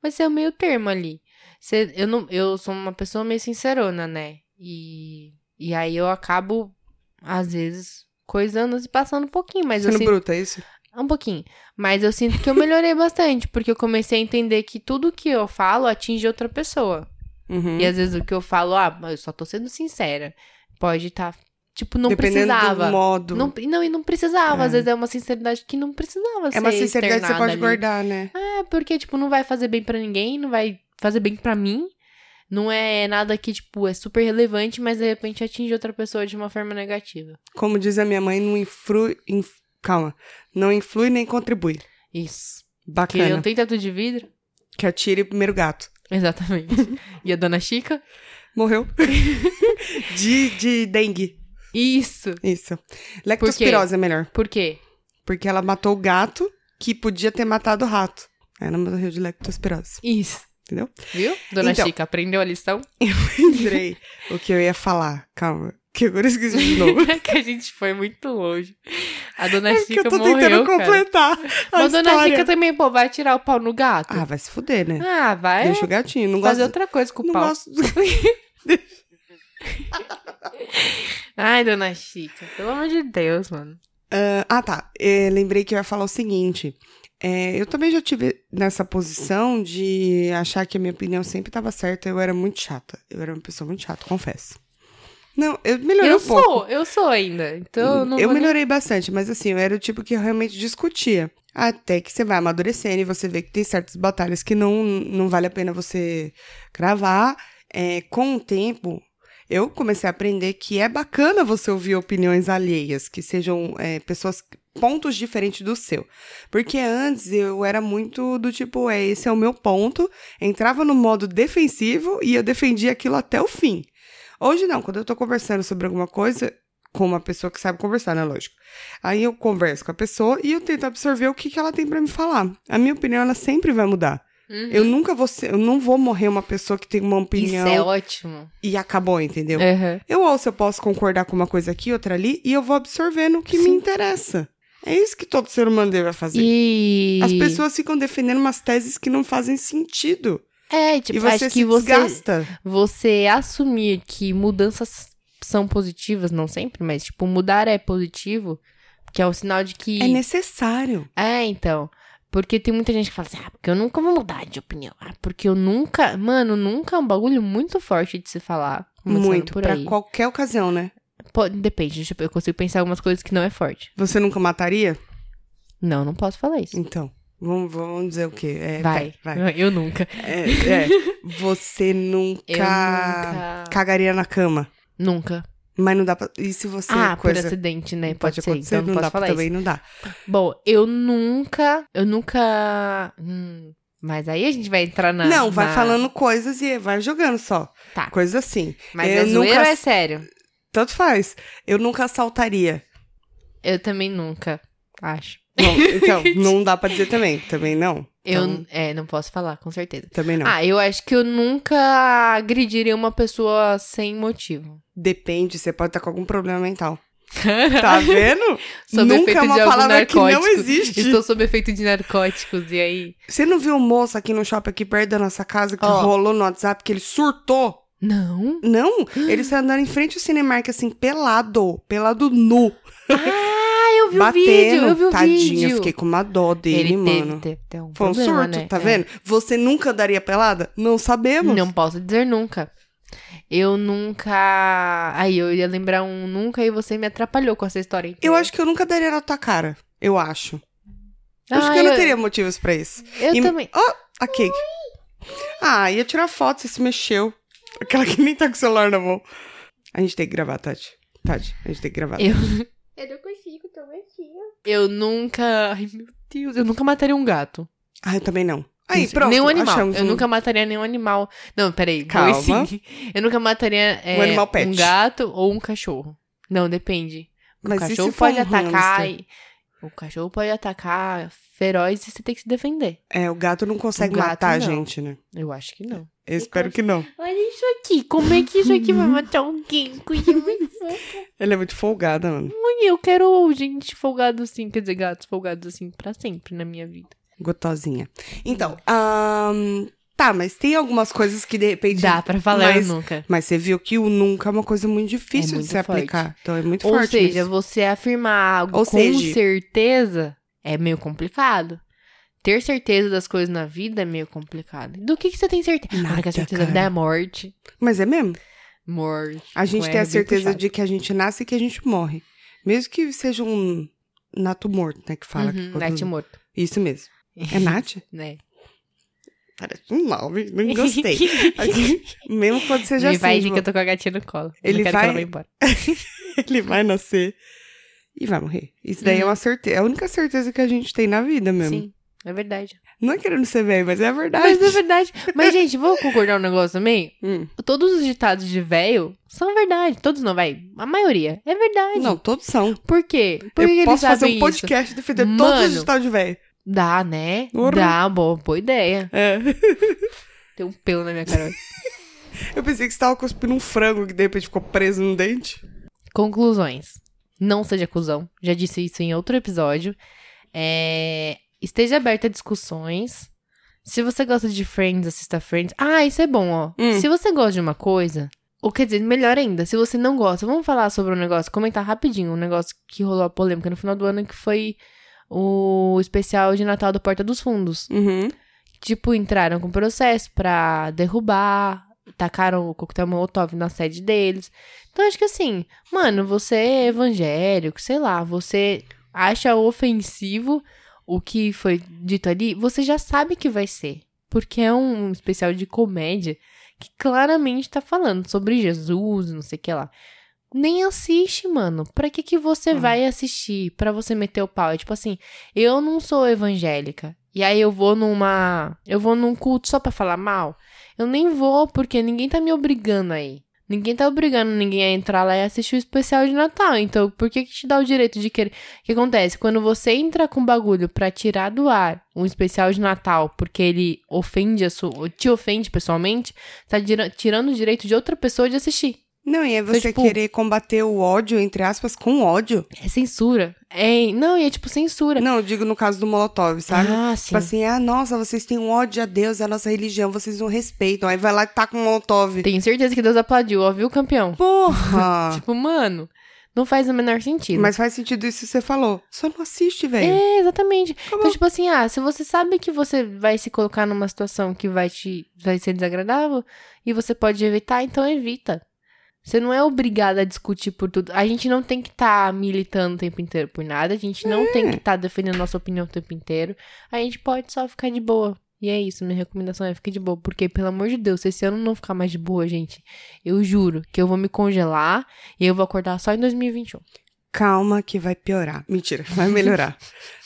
Vai ser o meio termo ali. Cê- eu, não, eu sou uma pessoa meio sincerona, né? E, e aí eu acabo, às vezes, coisando e passando um pouquinho, mas eu
Sendo
sinto-
bruta, é isso?
Um pouquinho. Mas eu sinto que eu melhorei bastante, porque eu comecei a entender que tudo que eu falo atinge outra pessoa.
Uhum.
E às vezes o que eu falo, ah, mas eu só tô sendo sincera. Pode estar. tipo, não
Dependendo
precisava.
do modo.
Não, não, e não precisava.
É.
Às vezes é uma sinceridade que não precisava ser.
é uma sinceridade que você
externada
pode
ali.
guardar, né?
É, porque, tipo, não vai fazer bem pra ninguém, não vai fazer bem pra mim. Não é nada que, tipo, é super relevante, mas de repente atinge outra pessoa de uma forma negativa.
Como diz a minha mãe, não influi. inf- Calma. Não influi nem contribui.
Isso. Porque
Bacana.
não tem teto de vidro.
Que atire primeiro gato.
Exatamente. e a dona Chica?
Morreu. de, de dengue.
Isso.
Isso. Lectospirose é melhor.
Por quê?
Porque ela matou o gato que podia ter matado o rato. Ela morreu de lectospirose.
Isso.
Entendeu?
Viu? Dona
Então.
Chica, aprendeu a lição?
Lembrei o que eu ia falar. Calma. Que agora eu esqueci de novo.
né? que a gente foi muito longe. A dona
É que
Chica
eu tô
morreu,
tentando
cara.
completar a
Mas a dona
história.
Chica também, pô, vai tirar o pau no gato?
Ah, vai se fuder, né?
Ah, vai
Deixa o gatinho. Não
fazer
gosto...
outra coisa com o
Não
pau.
gosto...
Ai, dona Chica, pelo amor de Deus, mano.
Ah, ah, tá. É, lembrei que eu ia falar o seguinte. É, eu também já tive nessa posição de achar que a minha opinião sempre estava certa. Eu era muito chata. Eu era uma pessoa muito chata, confesso. Não, eu melhorei
eu
um pouco.
sou, eu sou ainda. Então eu não
eu
vou nem-
melhorei bastante, mas assim, eu era o tipo que realmente discutia. Até que você vai amadurecendo e você vê que tem certas batalhas que não, não vale a pena você gravar. É, com o tempo, eu comecei a aprender que é bacana você ouvir opiniões alheias, que sejam é, pessoas. Pontos diferentes do seu. Porque antes eu era muito do tipo, é, esse é o meu ponto, entrava no modo defensivo e eu defendia aquilo até o fim. Hoje não, quando eu tô conversando sobre alguma coisa, com uma pessoa que sabe conversar, né? Lógico. Aí eu converso com a pessoa e eu tento absorver o que, que ela tem pra me falar. A minha opinião, ela sempre vai mudar.
Uhum.
Eu nunca vou ser, eu não vou morrer uma pessoa que tem uma opinião
Isso é ótimo.
e acabou, entendeu?
Uhum.
Eu ouço, eu posso concordar com uma coisa aqui, outra ali, e eu vou absorvendo o que me
Sim.
interessa. É isso que todo ser humano deve fazer.
E.
As pessoas ficam defendendo umas teses que não fazem sentido.
É, tipo,
e você
acho
se
que você,
desgasta.
você assumir que mudanças são positivas, não sempre, mas, tipo, mudar é positivo, que é o sinal de que.
É necessário.
É, então. Porque tem muita gente que fala assim, ah, porque eu nunca vou mudar de opinião. Ah, porque eu nunca. Mano, nunca é um bagulho muito forte de se falar. começando
Muito,
por
pra
aí.
qualquer ocasião, né?
Pô, depende, deixa eu eu consigo pensar em algumas coisas que não é forte.
Você nunca mataria?
Não, não posso falar isso.
Então, vamos, vamos dizer o quê? É,
vai,
vai.
Eu nunca.
É, é. Você nunca,
Eu nunca.
cagaria na cama.
Nunca.
Mas não dá pra. E se você.
ah,
coisa...
por acidente, né? Pode,
Pode
ser,
acontecer,
então não,
não
posso
dá
falar
também,
isso.
não dá.
Bom, eu nunca. Eu nunca. hum, mas aí a gente vai entrar na.
não, vai
na-
falando coisas e vai jogando só.
Tá.
Coisas assim.
Mas
eu
é zoeira
nunca-
ou é sério?
Tanto faz. Eu nunca assaltaria.
Eu também nunca, acho.
Bom, então, não dá pra dizer também. Também não.
Eu.
Então,
É, não posso falar, com certeza.
também não.
Ah, eu acho que eu nunca agrediria uma pessoa sem motivo.
Depende, você pode estar com algum problema mental. Tá vendo?
Sob
Nunca
efeito
é uma
de algum
palavra que não
narcótico.
existe.
Estou sob efeito de narcóticos, e aí?
Você não viu o moço aqui no shopping, aqui perto da nossa casa, que
Ó.
rolou no WhatsApp, que ele surtou?
Não.
Não, ele saiu andando em frente ao Cinemark, assim, pelado, pelado nu,
Ah, eu vi
batendo.
o vídeo, eu vi o
Tadinho,
vídeo.
eu fiquei com uma dó dele,
Ele teve-
mano.
teve- teve algum
Foi um
problema,
surto,
né?
tá
É.
vendo? Você nunca andaria pelada? Não sabemos.
Não posso dizer nunca. Eu nunca. Aí eu ia lembrar um nunca e você me atrapalhou com essa história. então. inteira.
Eu acho que eu nunca daria na tua cara. Eu acho. Eu acho
Ah,
que eu não teria motivos pra isso.
Eu
E-
também.
A cake. Ah, ia tirar foto, você se mexeu. Aquela que nem tá com o celular na mão. A gente tem que gravar, Tati. Tati, a gente tem que gravar.
Eu-
Eu não consigo, tô mexendo.
Eu nunca. Ai, meu Deus. Eu nunca mataria um gato.
Ah, eu também não. Aí, pronto.
Nenhum animal.
achamos
Eu
um-
nunca mataria nenhum animal. Não, peraí.
Calma.
Dois sim. Eu nunca mataria é,
Um animal pet.
um gato ou um cachorro. Não, depende.
Mas
o
e se
cachorro
for
pode
um
atacar.
hamster?
e- O cachorro pode atacar feroz e você tem que se defender.
É, o gato não consegue
O Um gato,
matar
não.
a gente, né?
Eu acho que não.
Eu espero que não.
Olha isso aqui, como é que isso aqui vai matar alguém? Coisa muito fofa.
Ele é muito folgada, mano.
E eu quero gente folgada assim, quer dizer, gatos folgados assim pra sempre na minha vida.
Gotosinha. Então, ahn, tá, mas tem algumas coisas que de repente.
Dá pra falar
Mas-
eu nunca.
Mas você viu que o nunca é uma coisa muito difícil
É muito
de se
forte.
aplicar. Então é muito
Ou
forte.
seja,
mesmo.
você afirmar algo
Ou
com
seja-
certeza é meio complicado. Ter certeza das coisas na vida é meio complicado. Do que, que você tem certeza?
Nada,
a única certeza
cara.
da morte.
Mas é mesmo.
Morte.
A gente
com
tem a
R bem
certeza
puxado.
de que a gente nasce e que a gente morre. Mesmo que seja um nato morto, né? Que fala. que
Uhum,
quando-
Nath morto,
Isso mesmo. É Nath?
né?
Parece um nome. Não gostei. mesmo quando seja
Ele
assim.
vai ver
tipo,
que eu tô com a gatinha no colo. Ele
Ele
quero que
vai-
ela vá embora.
Ele vai nascer e vai morrer. Isso daí é uma certeza. É a única certeza que a gente tem na vida mesmo.
Sim, é verdade.
Não é querendo ser velho, mas é a verdade.
Mas é verdade. Mas, gente, vou concordar um negócio também?
Hum.
Todos os ditados de véio são verdade. Todos não, vai. A maioria. É verdade.
Não, todos são.
Por quê? Por que
eu
eles
posso fazer
sabem
um
isso?
podcast e defender todos
Mano.
os digital de velho.
Dá, né?
Ora.
Dá, boa, boa ideia.
É.
Tem um pelo na minha cara.
Eu pensei que você tava cuspindo um frango que de repente ficou preso no dente.
Conclusões. Não seja cuzão. Já disse isso em outro episódio. É, Esteja aberta a discussões. Se você gosta de Friends, assista Friends. Ah, isso é bom, ó.
Hum.
Se você gosta de uma coisa, ou quer dizer, melhor ainda, se você não gosta, vamos falar sobre um negócio, comentar rapidinho um negócio que rolou a polêmica no final do ano, que foi o especial de Natal do Porta dos Fundos.
Uhum.
tipo, entraram com processo pra derrubar, tacaram o coquetel molotov na sede deles. Então, acho que assim, mano, você é evangélico, sei lá, você acha ofensivo o que foi dito ali, você já sabe que vai ser. Porque é um especial de comédia que claramente tá falando sobre Jesus, não sei o que lá. Nem assiste, mano. Pra que que você
Hum.
vai assistir? Pra você meter o pau? É tipo assim, eu não sou evangélica. E aí eu vou numa. Eu vou num culto só pra falar mal. Eu nem vou, porque ninguém tá me obrigando aí. Ninguém tá obrigando ninguém a entrar lá e assistir o especial de Natal. Então, por que, que te dá o direito de querer? O que acontece? Quando você entra com um bagulho pra tirar do ar um especial de Natal porque ele ofende a sua. ou te ofende pessoalmente, tá dira- tirando o direito de outra pessoa de assistir.
Não, e é você
tipo-
querer combater o ódio, entre aspas, com ódio.
É censura. É, não, e é tipo censura.
Não, eu digo no caso do Molotov, sabe?
Ah, sim.
Tipo assim, ah, nossa, vocês têm um ódio a Deus, é a nossa religião, vocês não respeitam. Aí vai lá e taca um Molotov.
Tenho certeza que Deus aplaudiu, ó, viu, campeão?
Porra!
Tipo, mano, não faz o menor sentido.
Ah, Mas faz sentido isso que você falou. Só não assiste, velho.
É, exatamente.
Acabou.
Então, tipo assim, ah, se você sabe que você vai se colocar numa situação que vai te vai ser desagradável e você pode evitar, então evita. Você não é obrigada a discutir por tudo. A gente não tem que estar militando o tempo inteiro por nada. A gente não tem que estar defendendo nossa opinião o tempo inteiro. A gente pode só ficar de boa. E é isso, minha recomendação é ficar de boa. Porque, pelo amor de Deus, se esse ano não ficar mais de boa, gente, eu juro que eu vou me congelar e um. eu vou acordar só em 2021.
Calma que vai piorar. Mentira, vai melhorar.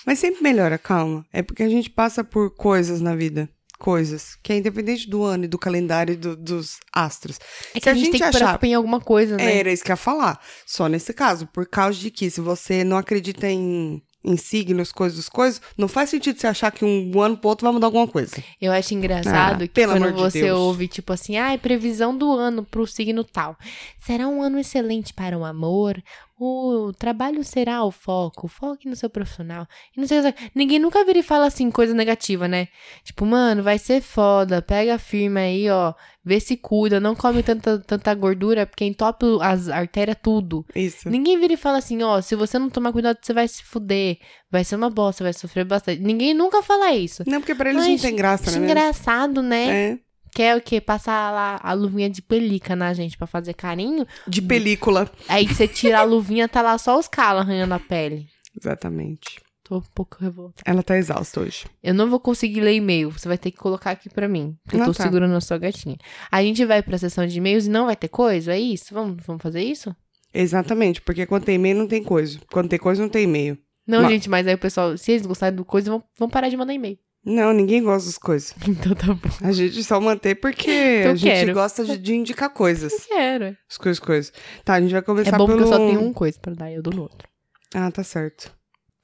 Mas sempre melhora, calma. É porque a gente passa por coisas na vida. Coisas. Que é independente do ano e do calendário e do- dos astros.
É que
Se
a, gente, tem que achar...
achar.
em alguma coisa, né?
É, era isso que eu ia falar. Só nesse caso, por causa de que se você não acredita em, em signos, coisas, coisas, não faz sentido você achar que um ano pro outro vai mudar alguma coisa.
Eu acho engraçado
Ah,
que
pelo
quando
amor de
você
Deus.
ouve, tipo assim, ah, previsão do ano pro signo tal. Será um ano excelente para o amor? O trabalho será o foco, foque no seu profissional. E não sei, o que. ninguém nunca vira e fala assim coisa negativa, né? Tipo, mano, vai ser foda, pega firme aí, ó, vê se cuida, não come tanta, tanta gordura, porque entope as artérias tudo.
Isso.
Ninguém vira e fala assim, ó, se você não tomar cuidado, você vai se fuder, vai ser uma bosta, vai sofrer bastante. Ninguém nunca fala isso.
Não, porque pra eles
Mas
não tem graça,
Acho
né? mesmo?
engraçado, né?
É.
Quer o quê? Passar lá a luvinha de pelica na gente pra fazer carinho.
De película.
Aí você tira a luvinha, tá lá só os calos arranhando a pele.
Exatamente.
Tô um pouco revoltada.
Ela tá exausta hoje.
Eu não vou conseguir ler e-mail. Você vai ter que colocar aqui pra mim. Porque eu
Ah,
tô
tá.
segurando a sua gatinha. A gente vai pra sessão de e-mails e não vai ter coisa? É isso? Vamos, vamos fazer isso?
Exatamente, porque quando tem e-mail não tem coisa. Quando tem coisa não tem e-mail.
Não,
Não.
gente, mas aí o pessoal, se eles gostarem do coisa, vão, vão parar de mandar e-mail.
Não, ninguém gosta das coisas.
Então tá bom.
A gente só mantém porque
Eu
a gente
quero.
gosta de, de indicar coisas.
Quero.
As coisas, coisas. Tá, a gente vai
É
começar
bom
pelo...
porque eu só tenho um coisa pra dar, eu dou no outro.
Ah, tá certo.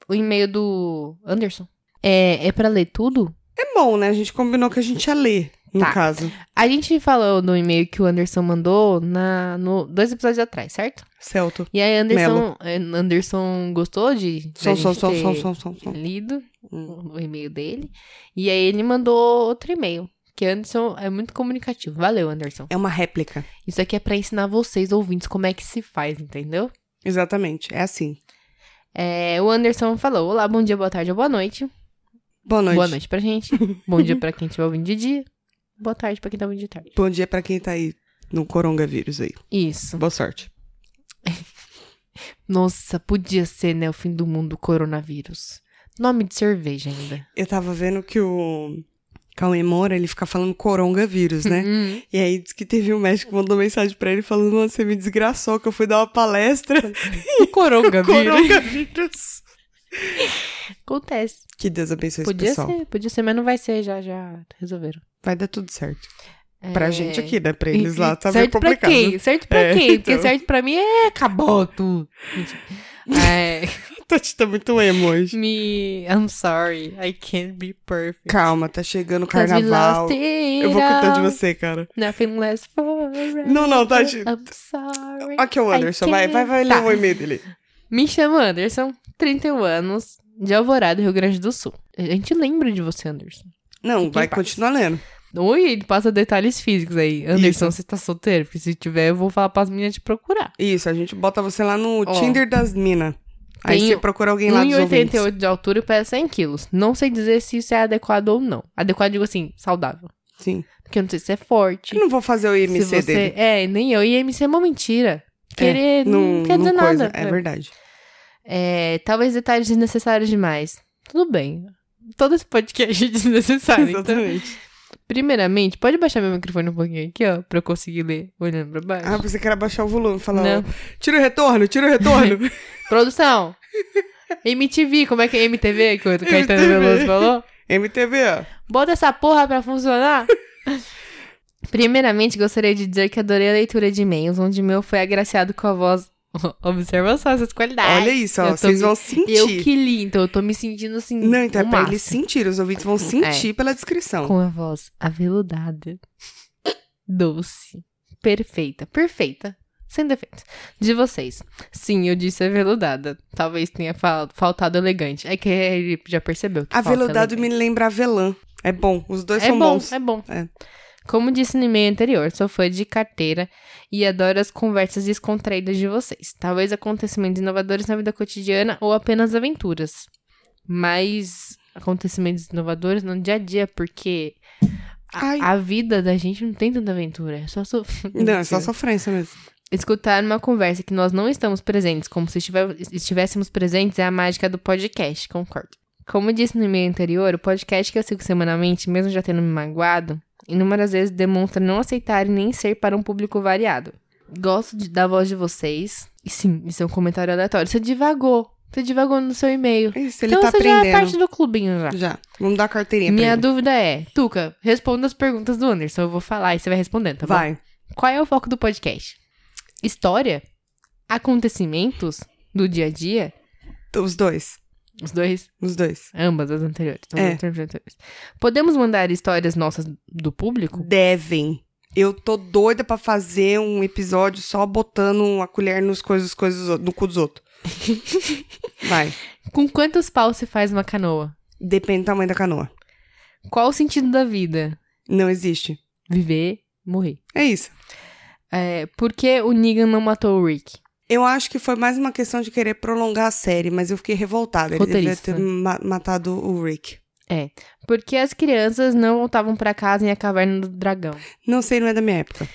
O e-mail do Anderson. É, é pra ler tudo?
É bom, né? A gente combinou que a gente ia ler, no
Tá.
caso.
A gente falou no e-mail que o Anderson mandou na, no, dois episódios atrás, certo?
Celto.
E aí Anderson,
Melo.
eh, Anderson gostou de, de
Som,
a
som,
gente
som,
ter
som, som, som, som.
lido
Hum.
o o e-mail dele. E aí ele mandou outro e-mail. Que Anderson é muito comunicativo. Valeu, Anderson.
É uma réplica.
Isso aqui é pra ensinar vocês, ouvintes, como é que se faz, entendeu?
Exatamente, é assim.
É, o Anderson falou: Olá, bom dia, boa tarde ou boa noite.
Boa noite.
Boa noite pra gente. bom dia pra quem estiver ouvindo de dia. Boa tarde pra quem tá ouvindo de tarde.
Bom dia pra quem tá aí no coronavírus aí.
Isso.
Boa sorte.
Nossa, podia ser, né? O fim do mundo, coronavírus. Nome de cerveja ainda.
Eu tava vendo que o Cauê Moura, ele fica falando coronavírus, né?
Hum.
E aí diz que teve um médico que mandou mensagem pra ele falando, mano, você me desgraçou que eu fui dar uma palestra
coronavírus.
coronavírus.
Acontece.
Que Deus abençoe esse
Podia
pessoal.
ser, podia ser, mas não vai ser. Já, já resolveram.
Vai dar tudo certo. Pra
É.
gente aqui, né? Pra
E-
eles lá, tá meio
certo pra
complicado.
quem? Certo pra
É,
quem? Porque
então.
certo pra mim é acabou tudo. Mentira. É,
Tati tá muito emo hoje.
me... I'm sorry. I can't be perfect.
Calma, tá chegando o
'Cause we
carnaval.
lost it
Eu vou cantar de
all.
você, cara.
Nothing lasts forever.
Não, tá não, Tati.
I'm sorry.
Aqui é o
I
Anderson, vai,
can't-
vai, vai
Tá.
ler o e-mail dele.
Me chamo Anderson, 31 anos, de Alvorada, Rio Grande do Sul. A gente lembra de você, Anderson.
Não,
Fique em
vai
paz.
continuar lendo.
Oi, ele passa detalhes físicos aí. Anderson, você tá solteiro? Porque se tiver, eu vou falar pras meninas te procurar.
Isso, a gente bota você lá no
Ó.
Tinder das minas. Aí
Tem
você procura alguém lá dos ouvintes.
1,88 de altura um e pesa 100 quilos. Não sei dizer se isso é adequado ou não. Adequado, digo assim, saudável.
Sim.
Porque eu não sei se é forte.
Eu não vou fazer o
se
IMC
você...
dele. É,
É, nem eu. E MC é uma mentira. Querer não, quer dizer
coisa.
nada.
É verdade.
É, talvez detalhes desnecessários demais. Tudo bem. Todo esse podcast é desnecessário. então-
Exatamente.
Primeiramente, pode baixar meu microfone um pouquinho aqui, ó, pra eu conseguir ler olhando pra baixo.
Ah, você quer abaixar o volume, falar,
Não.
ó, tira o retorno, tira o retorno.
Produção! MTV, como é que é MTV que o Caetano
MTV.
Veloso falou?
MTV, ó.
Bota essa porra pra funcionar. Primeiramente, gostaria de dizer que adorei a leitura de e-mails, onde o meu foi agraciado com a voz. Observa só essas qualidades.
Olha isso,
Tá. eu
ó.
tô
Vocês
me-
vão sentir.
Eu que li, então eu tô me sentindo assim.
Não, então é
o
pra
máximo. É.
eles sentir. Os ouvintes vão sentir pela descrição.
Com a voz aveludada, doce, perfeita, perfeita, sem defeitos, de vocês. Sim, eu disse aveludada. Talvez tenha fal- faltado elegante. É que ele já percebeu que falta
Aveludado me lembra avelã. É bom. Os dois
é
são
bom,
bons.
é bom.
É.
Como disse no e-mail anterior, sou fã de carteira e adoro as conversas descontraídas de vocês. Talvez acontecimentos inovadores na vida cotidiana ou apenas aventuras. Mas acontecimentos inovadores no dia a dia, porque
Ai.
a, a vida da gente não tem tanta aventura. É só so...
Não, é
Mentira.
só sofrência mesmo.
Escutar uma conversa que nós não estamos presentes, como se estive- estivéssemos presentes, é a mágica do podcast, concordo. Como disse no e-mail anterior, o podcast que eu sigo semanalmente, mesmo já tendo me magoado, inúmeras vezes demonstra não aceitar e nem ser para um público variado. Gosto de- da voz de vocês. E sim, isso é um comentário aleatório. Você divagou. Você divagou no seu e-mail.
Isso, ele
então
tá
você já é
aprendendo.
parte do clubinho já.
Já. Vamos dar a carteirinha pra
Minha
ele.
dúvida é, Tuca, responda as perguntas do Anderson. Eu vou falar e você vai respondendo, tá bom?
Vai.
Qual é o foco do podcast? História? Acontecimentos do dia a dia?
Os dois.
Os dois?
Os dois.
Ambas as anteriores. as
É.
anteriores. Podemos mandar histórias nossas do público?
Devem. Eu tô doida pra fazer um episódio só botando a colher nos coisas, coisas dos outros- no cu dos outros. Vai.
Com quantos paus se faz uma canoa?
Depende do tamanho da canoa.
Qual o sentido da vida?
Não existe.
Viver, morrer.
É isso.
É, por que o Negan não matou o Rick?
Eu acho que foi mais uma questão de querer prolongar a série, mas eu fiquei revoltada. Ele devia
Roteirista.
ter ma- matado o Rick.
Por que as crianças não voltavam pra casa em A Caverna do Dragão?
Não sei, não é da minha época.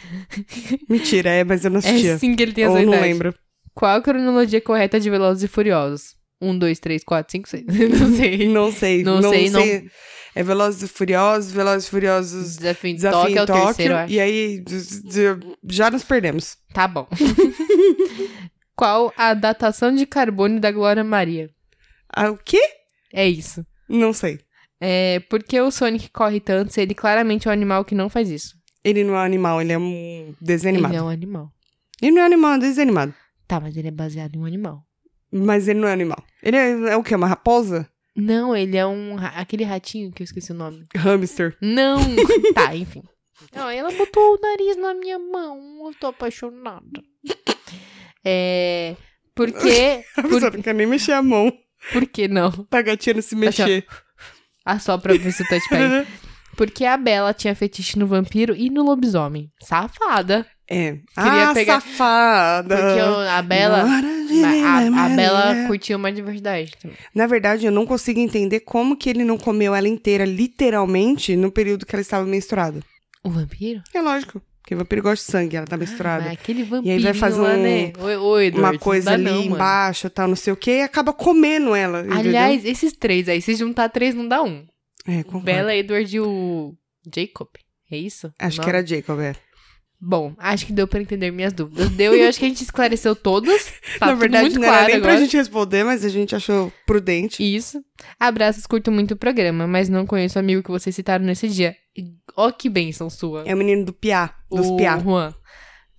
Mentira, é, mas eu não assistia.
É assim que ele tem a
Ou
sua
não
idade.
lembro.
Qual a cronologia correta de Velozes e Furiosos? Um, dois, três, quatro, cinco, seis. Não sei.
Não sei.
Não
Não,
sei,
sei,
não-
É Velozes e Furiosos, Velozes e Furiosos...
Desafio em
Desafio
Tóquio
em
é o
Tóquio,
terceiro, eu acho.
e aí z- z- já nos perdemos.
Tá bom. Qual a datação de carbono da Glória Maria?
Ah, o quê?
É isso.
Não sei.
É, por que o Sonic corre tanto se ele claramente é um animal que não faz isso?
Ele não é um animal, ele é um desenho animado.
Ele é
Ele,
um animal.
não é animal, é um desenho animado.
Tá, mas ele é baseado em um animal.
Mas ele não é animal. Ele é, é o quê? Uma raposa?
Não, ele é um. ra- aquele ratinho que eu esqueci o nome.
Hamster.
Não! tá, enfim. Não, ela botou o nariz na minha mão. Eu tô apaixonada. É. Por que.
A pessoa
Por,
não quer nem mexer a mão.
por que não?
Tá gatinha não se mexer.
Ah, só pra ver se o touchpad. Porque a Bela tinha fetiche no vampiro e no lobisomem. Safada.
É.
Queria
ah,
pegar-
safada.
Porque eu- a Bela. A, a Bela curtia uma diversidade. também.
é. Na verdade, eu não consigo entender como que ele não comeu ela inteira, literalmente, no período que ela estava menstruada.
O vampiro?
É lógico. Porque vampiro gosta de sangue, ela tá
Ah, Mas
menstruada.
aquele vampiro.
aí vai fazer
lá,
um-
né? Oi, oi, Eduardo,
Uma
não
coisa
dá
ali
não, mano.
embaixo, tal, não sei o quê, e acaba comendo ela. entendeu?
Aliás, esses três aí, se juntar três, não dá um.
É, concordo.
Bela, Edward e o Jacob. É isso?
Acho
Não?
que era Jacob, é.
Bom, acho que deu pra entender minhas dúvidas. Deu e eu acho que a gente esclareceu todas. Tá
Na
tudo
verdade,
muito
não
claro
era nem
agora.
pra gente responder, mas a gente achou prudente.
Isso. Abraços, curto muito o programa, mas não conheço o amigo que vocês citaram nesse dia. E, Ó, que bênção sua.
É o menino do Piá, dos
o
Piá.
Juan.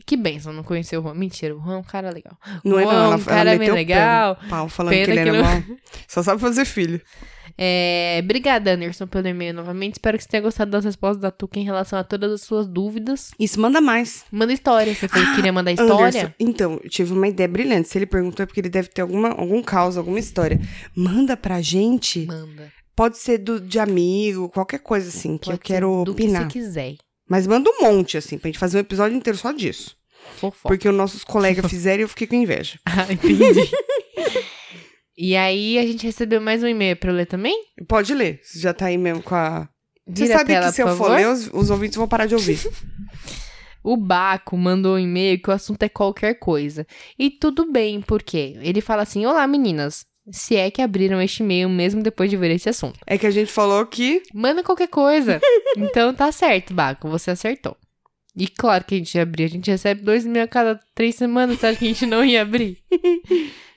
Que bênção não conhecer o Juan. Mentira, o Juan é um cara legal.
Não é
Uau,
não, ela,
um
ela
cara bem
meteu o
legal.
pau, pau falando
Pena
que ele
que
era
não-
mal. Só sabe fazer filho.
É, obrigada, Anderson, pelo e-mail novamente. Espero que você tenha gostado das respostas da Tuca em relação a todas as suas dúvidas.
Isso, manda mais.
Manda história. Você falou que queria mandar história?
Ah, Anderson, então, eu tive uma ideia brilhante. Se ele perguntou é porque ele deve ter alguma, algum caos, alguma história. Manda pra gente.
Manda.
Pode ser do, de amigo, qualquer coisa assim, que
Pode
eu
ser
quero
do
opinar.
que você quiser.
Mas manda um monte, assim, pra gente fazer um episódio inteiro só disso.
Fofoca.
Porque os nossos colegas fizeram e eu fiquei com inveja.
Ah, entendi. e aí, a gente recebeu mais um e-mail pra eu ler também?
Pode ler, você já tá aí mesmo com a. Você
Vira a
sabe
tela,
que se eu
por
for
favor.
ler, os, os ouvintes vão parar de ouvir.
O Baco mandou um e-mail que o assunto é qualquer coisa. E tudo bem, porque ele fala assim: Olá meninas, se é que abriram este e-mail mesmo depois de ver esse assunto.
é que a gente falou que.
Manda qualquer coisa. então tá certo, Baco, você acertou. E claro que a gente ia abrir, a gente recebe dois e-mails a cada três semanas, você acha que a gente não ia abrir?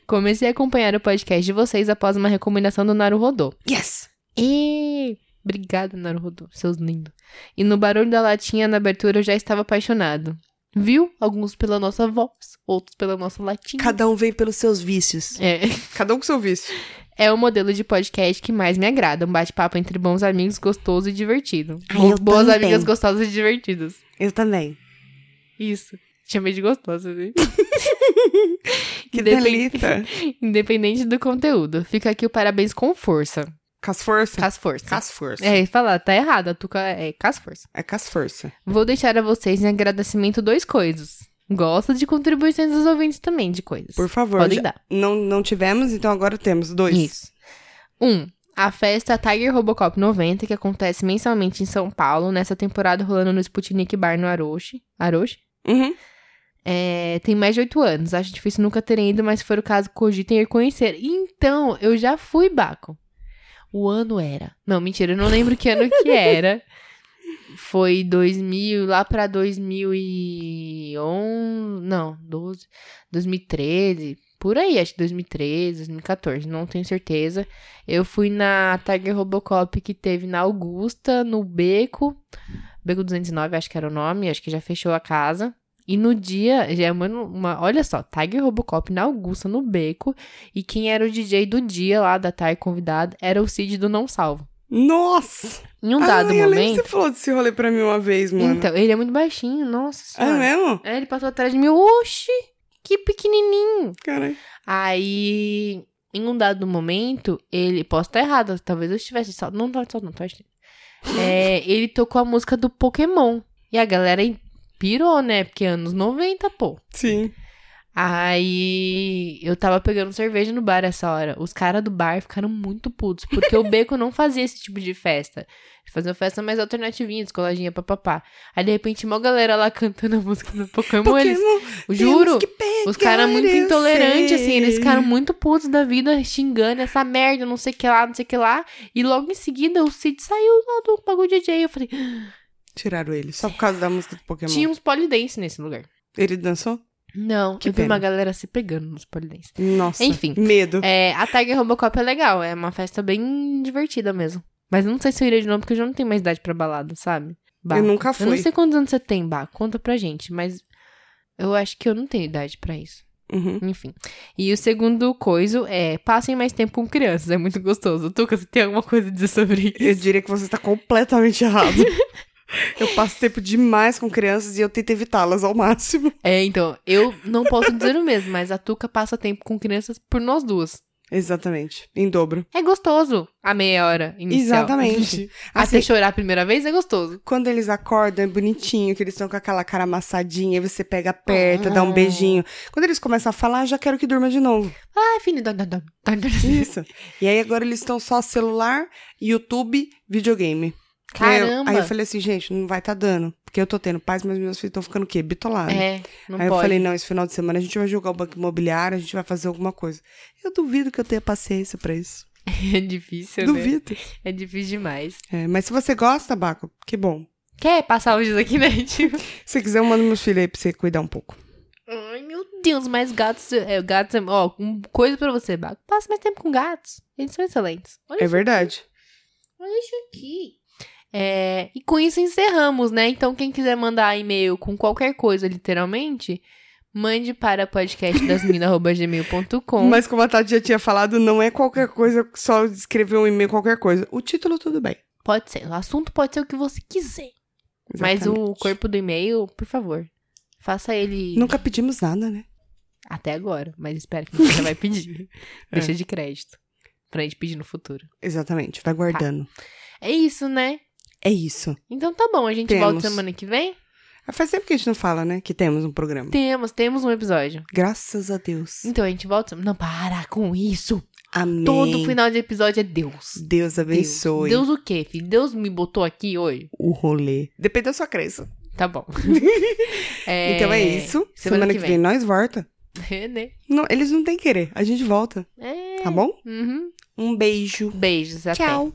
Comecei a acompanhar o podcast de vocês após uma recomendação do Naru Rodô.
Yes!
E Obrigada, Naruto, seus lindos. E no barulho da latinha na abertura eu já estava apaixonado. Viu? Alguns pela nossa voz, outros pela nossa latinha.
Cada um vem pelos seus vícios.
É.
Cada um com seu vício.
É o modelo de podcast que mais me agrada. Um bate-papo entre bons amigos, gostoso e divertido.
Ai,
Bo-
Ah, eu
Boas
também.
amigas gostosas e divertidas.
Eu também.
Isso. Chamei de gostosa, né?
Que
Depen-
delita.
Independente do conteúdo. Fica aqui o parabéns com força.
Cas força.
Cas força.
Cas força.
É, falar, tá errado. A Tuca é cas força.
É cas força.
Vou deixar a vocês em agradecimento dois coisas. Gosto de contribuições dos ouvintes também de coisas.
Por favor.
Podem
já-
dar.
Não, não tivemos, então agora temos dois.
Isso. Um, a festa Tiger Robocop 90, que acontece mensalmente em São Paulo, nessa temporada rolando no Sputnik Bar no Aroche. Aroche?
Uhum.
É, tem mais de oito anos. Acho difícil nunca terem ido, mas se for o caso, cogitem ir conhecer. Então, eu já fui, Baco. O ano era. Não, mentira, eu não lembro que ano que era. Foi 2000, lá pra 2011. Não, 12. 2013. Por aí, acho que 2013, 2014, não tenho certeza. Eu fui na Tiger Robocop que teve na Augusta, no Beco. Beco 209, acho que era o nome, acho que já fechou a casa. E no dia, já é uma, uma- Olha só, Tiger Robocop na Augusta, no beco. E quem era o DJ do dia lá da Tiger convidado era o Cid do Não Salvo.
Nossa!
Em um dado
Ai, eu lembro que
momento.
você falou desse rolê pra mim uma vez, mano.
Então, ele é muito baixinho, nossa
é
senhora.
mesmo?
Aí ele passou atrás de mim, oxi, que pequenininho.
Caralho.
Aí, em um dado momento, ele. Posso estar errado, talvez eu estivesse só. Não, tá só, não, tá é, Ele tocou a música do Pokémon. E a galera pirou, né? Porque é anos 90, pô.
Sim.
Aí eu tava pegando cerveja no bar essa hora. Os caras do bar ficaram muito putos, porque o Beco não fazia esse tipo de festa. Ele fazia uma festa mais alternativinha, descoladinha, papapá. Aí de repente, uma galera lá cantando a música do Pokémon. Então, eles,
Pokémon,
juro,
temos que pegar,
os caras muito
eu
intolerantes, assim,
sei.
eles ficaram muito putos da vida, xingando essa merda, não sei o que lá, não sei o que lá. E logo em seguida o Cid saiu lá do bagulho de DJ. Eu falei,
Tiraram ele, só por causa da música do Pokémon.
tinha um- uns polidense nesse lugar.
Ele dançou?
Não,
Que
eu vi uma
pena.
galera se pegando nos polidense.
Nossa.
Enfim.
Medo.
É, a Tiger Robocop é legal, é uma festa bem divertida mesmo. Mas eu não sei se eu iria de novo, porque eu já não tenho mais idade pra balada, sabe? Bah.
eu nunca
Eu não
fui.
sei quantos anos você tem, Bah, conta pra gente, mas eu acho que eu não tenho idade pra isso.
Uhum.
Enfim. E o segundo coiso é, passem mais tempo com crianças, é muito gostoso. Tuca, você tem alguma coisa a dizer sobre isso?
Eu diria que você está completamente errado. eu passo tempo demais com crianças e eu tento evitá-las ao máximo.
É, então, eu não posso dizer o mesmo, mas a Tuca passa tempo com crianças por nós duas.
Exatamente. Em dobro.
É gostoso a meia hora inicial.
Exatamente.
Até
Assim,
chorar a primeira vez é gostoso.
quando eles acordam, é bonitinho, que eles estão com aquela cara amassadinha, aí você pega, aperta,
Ah.
dá um beijinho. Quando eles começam a falar, já quero que durma de novo.
Ai, filho, dá, dá, dá, dá, dá.
Isso. E aí agora eles estão só celular, YouTube, videogame. Aí eu-
Caramba!
Aí eu falei assim, gente, não vai tá dando. Porque eu tô tendo paz, mas meus filhos estão ficando o quê? Bitolados.
É, não
aí
pode.
eu falei, não, esse final de semana a gente vai jogar o banco imobiliário, a gente vai fazer alguma coisa. Eu duvido que eu tenha paciência pra isso.
É difícil, né?
duvido.
É difícil demais.
É, mas se você gosta, Baco, que bom.
Quer passar os dias aqui, né? Tipo...
Se você quiser, eu mando meus filhos aí pra você cuidar um pouco.
Ai, meu Deus, mas gatos... É, gatos é... Ó, um- coisa pra você, Baco. Passa mais tempo com gatos. Eles são excelentes. Olha
É verdade.
aqui. É, e com isso encerramos, né? Então, quem quiser mandar e-mail com qualquer coisa, literalmente, mande para podcastdasmina.gmail.com.
Mas como a Tati já tinha falado, não é qualquer coisa, só escrever um e-mail, qualquer coisa. O título, tudo bem.
Pode ser. O assunto pode ser o que você quiser. Mas o
Exatamente.
corpo do e-mail, por favor, faça ele...
Nunca pedimos nada, né?
Até agora, mas espero que você vai pedir. Deixa de crédito. Pra gente pedir no futuro.
Exatamente, vai guardando.
É isso, né?
É isso.
Então tá bom, a gente
Temos.
volta semana que vem.
Faz tempo que a gente não fala, né? Que temos um programa.
Temos, temos um episódio.
Graças a Deus.
Então a gente volta. semana- Não, para com isso.
Amém.
Todo final de episódio é Deus.
Deus
Deus.
abençoe
Deus o quê, filho? Deus me botou aqui hoje?
o rolê. Depende da sua crença.
Tá bom. É,
Então é isso. Semana, que, vem. nós volta.
É, né?
Não, eles não têm querer. A gente volta,
É.
tá bom?
Uhum.
Um beijo.
Beijos. Até.
Tchau.